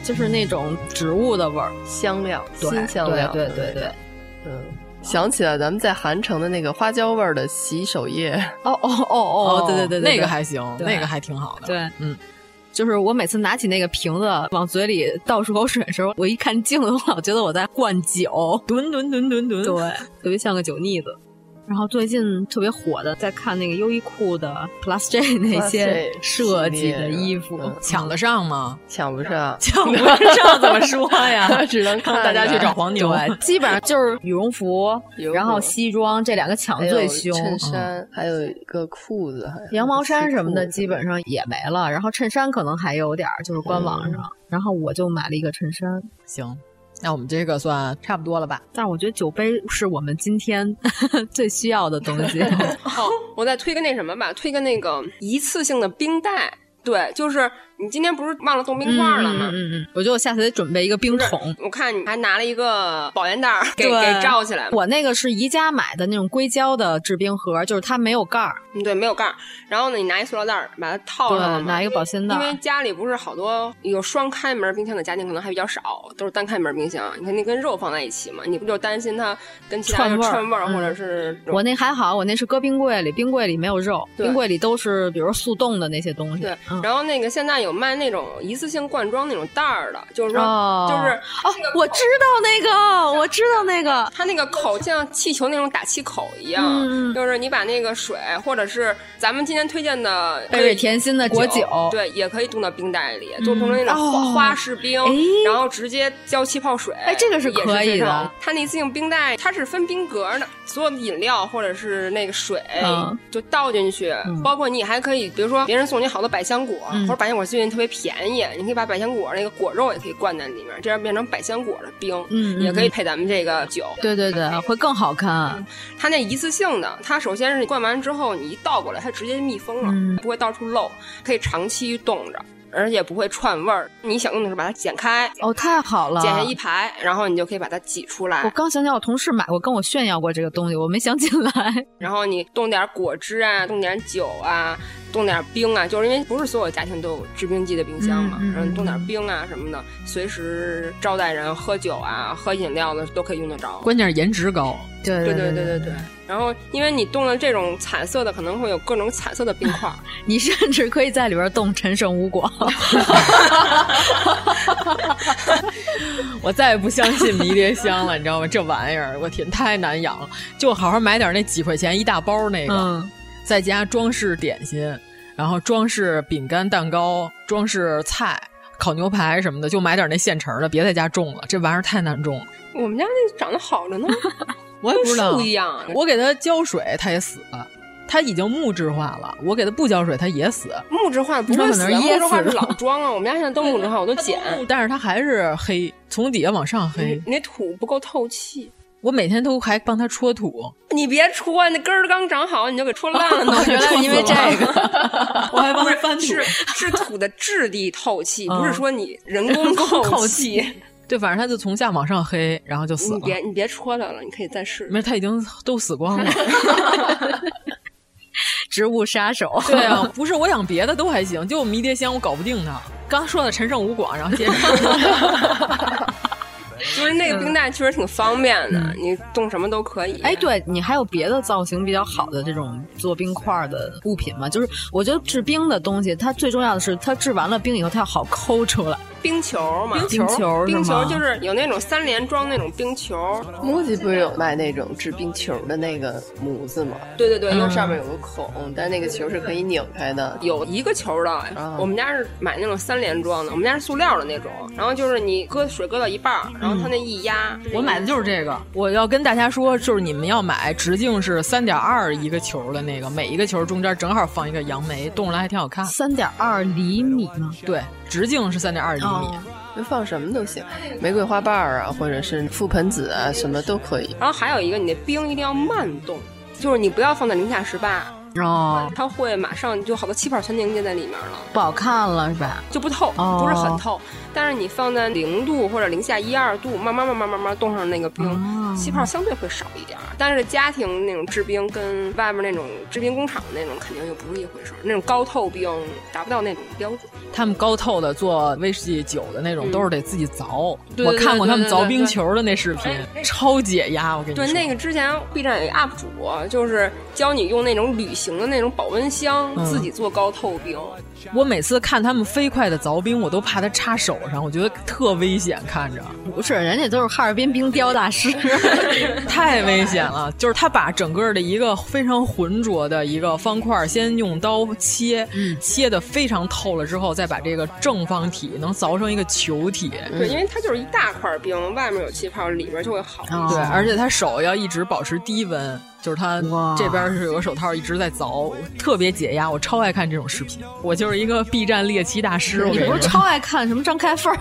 就是那种植物的味儿，香料，新香料，对对对，嗯。想起了咱们在韩城的那个花椒味儿的洗手液，哦哦哦 哦，对对对，那个还行，那个还挺好的。对，嗯，就是我每次拿起那个瓶子往嘴里倒漱口水的时候，我一看镜子，我老觉得我在灌酒，吨吨吨吨吨，对， 特别像个酒腻子。然后最近特别火的，在看那个优衣库的 Plus J 那些设计的嗯衣服，抢得上吗？抢不上，抢不上怎么说呀？ 只能看大家去找黄牛。基本上就是 羽绒服，然后西装这两个抢最凶，嗯衬衫还有一个裤子，羊毛衫什么的基本上也没了。然后衬衫可能还有点，就是官网上。然后我就买了一个衬衫， 行。那我们这个算差不多了吧？但是我觉得酒杯是我们今天 最需要的东 西。哦，我再推个那什么吧，推个那个一次性的冰袋。对，就是你今天不是忘了冻冰块了吗？嗯嗯嗯，我觉得我下次得准备一个冰桶。我看你还拿了一个保鲜袋给给罩起来。我那个是宜家买的那种硅胶的制冰盒，就是它没有盖儿。嗯，对，没有盖儿。然后呢，你拿一塑料袋把它套上，拿一个保鲜袋。因为家里不是好多有双开门冰箱的家庭可能还比较少，都是单开门冰箱。你看那跟肉放在一起嘛，你不就担心它跟其他串嗯味儿，或者是我那还好，我那是搁冰柜里，冰柜里没有肉，冰柜里都是比如速冻的那些东西。嗯对。然后那个现在有卖那种一次性罐装那种袋儿的，就是说，就是哦，我知道那哦个，我知道那个，它那个口像气球那种打气口一嗯样，就是你把那个水或者是咱们今天推荐的贝瑞甜心的果酒，嗯哦对，也可以冻到冰袋里，做成那种花式冰，然后直接浇气泡水，哎哎，这个是可以的。它那一次性冰袋它是分冰格的，所有的饮料或者是那个水嗯就倒进去，包括你还可以，比如说别人送你好多百香。果嗯或者百香果最近特别便宜，你可以把百香果那个果肉也可以灌在里面，这样变成百香果的冰，嗯，也可以配咱们这个酒。对对对，会更好看。它那一次性的，它首先是嗯你灌完之后，你一倒过来，它直接密封了，不会到处漏，可以长期冻着。而且不会串味儿。你想用的是把它剪开，哦，太好了，剪下一排，然后你就可以把它挤出来。我刚想起来，我同事买过跟我炫耀过这个东西，我没想起来。 然后你冻点果汁啊，冻点酒啊，冻点冰啊，就是因为不是所有家庭都有制冰机的冰箱嘛，嗯、然后冻点冰啊什么的，随时招待人喝酒啊、喝饮料的都可以用得着。关键是颜值高。对对对对对对。然后，因为你冻了这种彩色的，可能会有各种彩色的冰块。你甚至可以在里边冻陈胜吴广。我再也不相信迷迭香了，你知道吗？这玩意儿，我天，太难养了。就好好买点那几块钱一大包那个，嗯、在家装饰点心，然后装饰饼干、蛋糕，装饰菜。烤牛排什么的，就买点那现成的，别在家种了，这玩意儿太难种了。我们家那长得好着呢，我也不知道树一样。啊我给它浇水，它也死了。它已经木质化了，我给它不浇水，它也死。木质化不会死，啊木质化是老桩啊。我们家现在都木质化，我都剪。嗯但是它还是黑，从底下往上黑。你那土不够透气。我每天都还帮它戳土。你别戳，那根儿刚长好，你就给戳烂了。哦、原来 是因为这个，我还帮它翻土。是是土的质地透气，不是说你人工透气。对，反正它就从下往上黑，然后就死了。你别你别戳它了，你可以再试。没，它已经都死光了。 植物杀手，对啊，不是我养别的都还行，就迷迭香我搞不定它。刚说的陈胜吴广，然后接着，就是那个冰袋确实挺方便的，嗯、你冻什么都可以。啊哎，对你还有别的造型比较好的这种做冰块的物品吗？就是我觉得制冰的东西，它最重要的是它制完了冰以后，它要好抠出来。冰球嘛，冰球，冰球就是有那种三联装那种冰球。木吉不是有卖那种制冰球的那个模子吗？对对对，因为上面有个孔，但那个球是可以拧开的。有一个球的，我们家是买那种三联装的，我们家是塑料的那种。然后就是你搁水搁到一半，然后它那一压，我买的就是这个。我要跟大家说，就是你们要买直径是三点二一个球的那个，每一个球中间正好放一个杨梅，冻出来还挺好看。三点二厘米吗？对，直径是三点二厘米。就放什么都行，玫瑰花瓣儿啊，或者是覆盆子啊，什么都可以。然后还有一个，你的冰一定要慢冻，就是你不要放在零下十八哦，它会马上就好多气泡全凝结在里面了，不好看了是吧？就不透，哦、不是很透。但是你放在零度或者零下一二度，慢慢慢慢慢慢冻上那个冰，哦、气泡相对会少一点。但是家庭那种制冰跟外面那种制冰工厂的那种肯定又不是一回事，那种高透冰达不到那种标准。他们高透的做威士忌酒的那种，都是得自己凿。嗯、我看过他们凿冰球的那视频，超解压。我跟你说，对那个之前 B 站有一 UP 主，就是教你用那种旅行的那种保温箱、嗯、自己做高透冰。我每次看他们飞快的凿冰，我都怕它插手上，我觉得特危险。看着不是，人家都是哈尔滨冰雕大 师，太危险了。就是他把整个的一个非常浑浊的一个方块，先用刀切，嗯、切的非常透了之后，再。再把这个正方体能凿成一个球体，对，因为它就是一大块冰，外面有气泡，里面就会好。哦、对，而且他手要一直保持低温，就是他这边是有个手套一直在凿，特别解压。我超爱看这种视频，我就是一个 B 站猎奇 大师。你不是超爱看什么张开凤？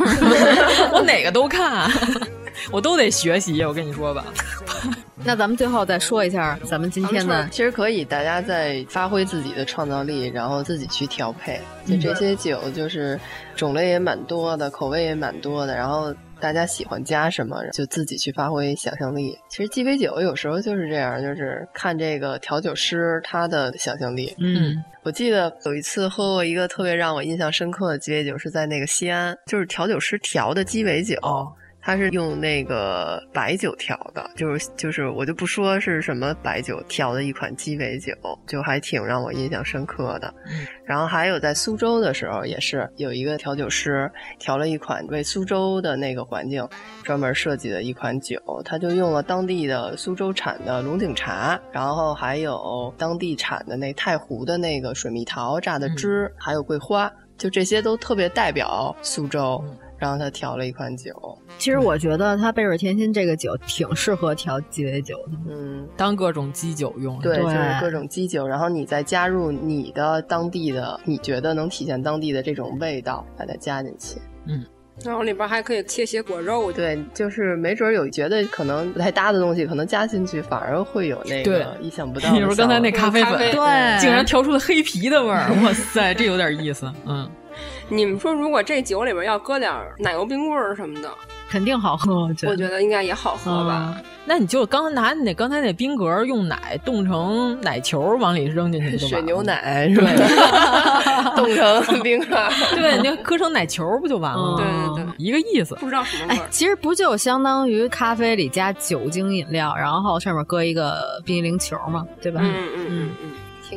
我哪个都看， 我都得学习。我跟你说吧。 那咱们最后再说一下，咱们今天呢，其实可以大家再发挥自己的创造力，然后自己去调配。就这些酒，就是种类也蛮多的，口味也蛮多的，然后大家喜欢加什么，就自己去发挥想象力。其实鸡尾酒有时候就是这样，就是看这个调酒师他的想象力。嗯。我记得有一次喝过一个特别让我印象深刻的鸡尾酒，是在那个西安，就是调酒师调的鸡尾酒。哦它是用那个白酒调的，就是就是我就不说是什么白酒调的一款鸡尾酒，就还挺让我印象深刻的。嗯、然后还有在苏州的时候，也是有一个调酒师调了一款为苏州的那个环境专门设计的一款酒，他就用了当地的苏州产的龙井茶，然后还有当地产的那太湖的那个水蜜桃榨的汁，嗯、还有桂花，就这些都特别代表苏州。嗯然后他调了一款酒， 其实我觉得他贝尔甜心这个酒挺适合调鸡尾酒的，嗯，当各种基酒用。对，对就是各种基酒，然后你再加入你的当地的，你觉得能体现当地的这种味道，把它加进去。嗯，然后里边还可以切些果肉。对，就是没准有觉得可能不太搭的东西，可能加进去反而会有那个意 想不到的。比如刚才那咖啡粉，啡对， 竟然调出了黑皮的味儿，哇塞，这有点意思。嗯。你们说，如果这酒里边要搁点奶油冰棍儿什么的，肯定好喝。我觉得，我觉得应该也好喝吧。嗯、那你就刚拿你刚才那冰格用奶冻成奶球往里扔进去就水牛奶是吧？冻成冰格， 对，你搁成奶球不就完了？嗯、对对对，一个意思。不知道什么味儿、哎。其实不就相当于咖啡里加酒精饮料，然后上面搁一个冰激凌球嘛，对吧？嗯嗯嗯嗯。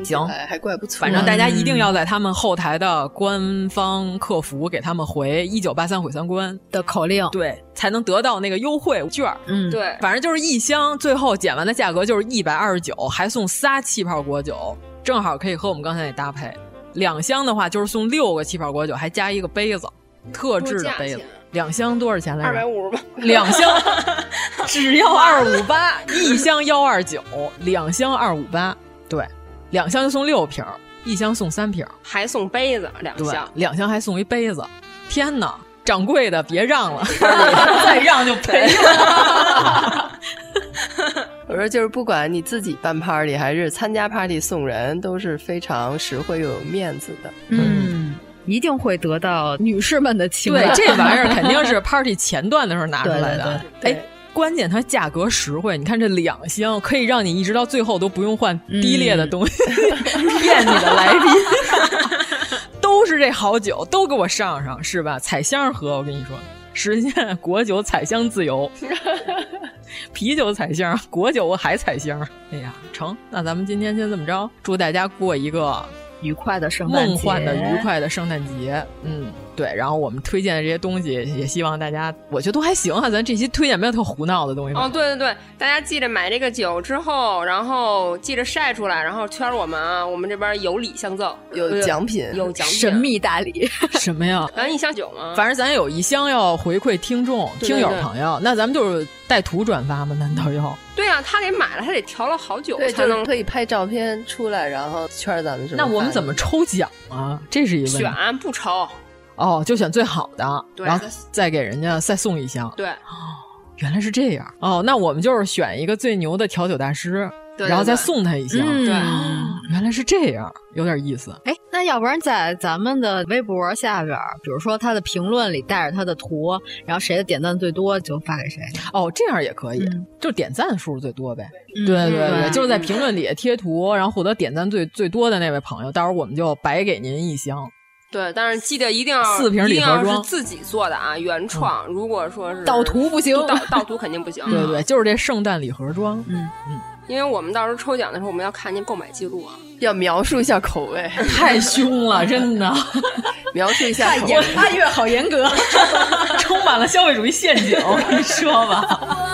行，还怪不错。反正嗯大家一定要在他们后台的官方客服给他们回“一九八三毁三观”的口令，对，才能得到那个优惠券。嗯，对，反正就是一箱，最后减完的价格就是一百二十九，还送仨气泡果酒，正好可以和我们刚才那搭配。两箱的话就是送六个气泡果酒，还加一个杯子，特制的杯子。两箱多少钱来着？二百五十八。两 箱只要二五八，一箱幺二九，两箱二五八，对。两箱就送六瓶，一箱送三瓶，还送杯子两箱，两箱还送一杯子。天哪，掌柜的别让了， 再让就赔了。我说就是不管你自己办 party 还是参加 party 送人，都是非常实惠又有面子的。嗯，一定会得到女士们的青睐。对，这玩意儿肯定是 party 前段的时候拿出来的。 对对对哎。关键它价格实惠，你看这两箱可以让你一直到最后都不用换低劣的东西， 嗯、骗你的来宾都是这好酒，都给我上上是吧？采香喝，我跟你说，实现国酒采香 自由，啤酒采香，国酒还采香。哎呀，成，那咱们今天先这么着，祝大家过一个 愉快的圣梦幻的愉快的圣诞节，嗯。对，然后我们推荐的这些东西，也希望大家，我觉得都还行啊。咱这期推荐没有特胡闹的东西。 哦，对对对，大家记着买这个酒之后，然后记着晒出来，然后圈我们啊，我们这边有礼相赠，有奖品，有奖品，神秘大礼，什么呀？咱一箱酒吗？反正咱有一箱要回馈听众、对对对听友朋友，那咱们就是带图转发吗？难道要？对啊，他给买了，他得调了好久才能可以拍照片出来，然后圈咱们。 那我们怎么抽奖啊？这是一问。选不抽。哦，就选最好的，对然后再给人家再送一箱。对、哦，原来是这样。哦，那我们就是选一个最牛的调酒大师，对对对然后再送他一箱。嗯、对、哦，原来是这样，有点意思。哎，那要不然在咱们的微博下边，比如说他的评论里带着他的图，然后谁的点赞最多就发给谁。哦，这样也可以，嗯、就点赞数最多呗。嗯、对对对，对就是在评论里贴图，然后获得点赞最最多的那位朋友，到时候我们就白给您一箱。对，但是记得一定要四瓶礼盒装，是自己做的啊，原创。嗯、如果说是盗图不行，盗盗图肯定不行。 对对，就是这圣诞礼盒装。嗯嗯，因为我们到时候抽奖的时候，我们要看您购买记录啊，要描述一下口味，太凶了，真的。描述一下口味，阿月好严 格，充满了消费主义陷阱。我跟你说吧。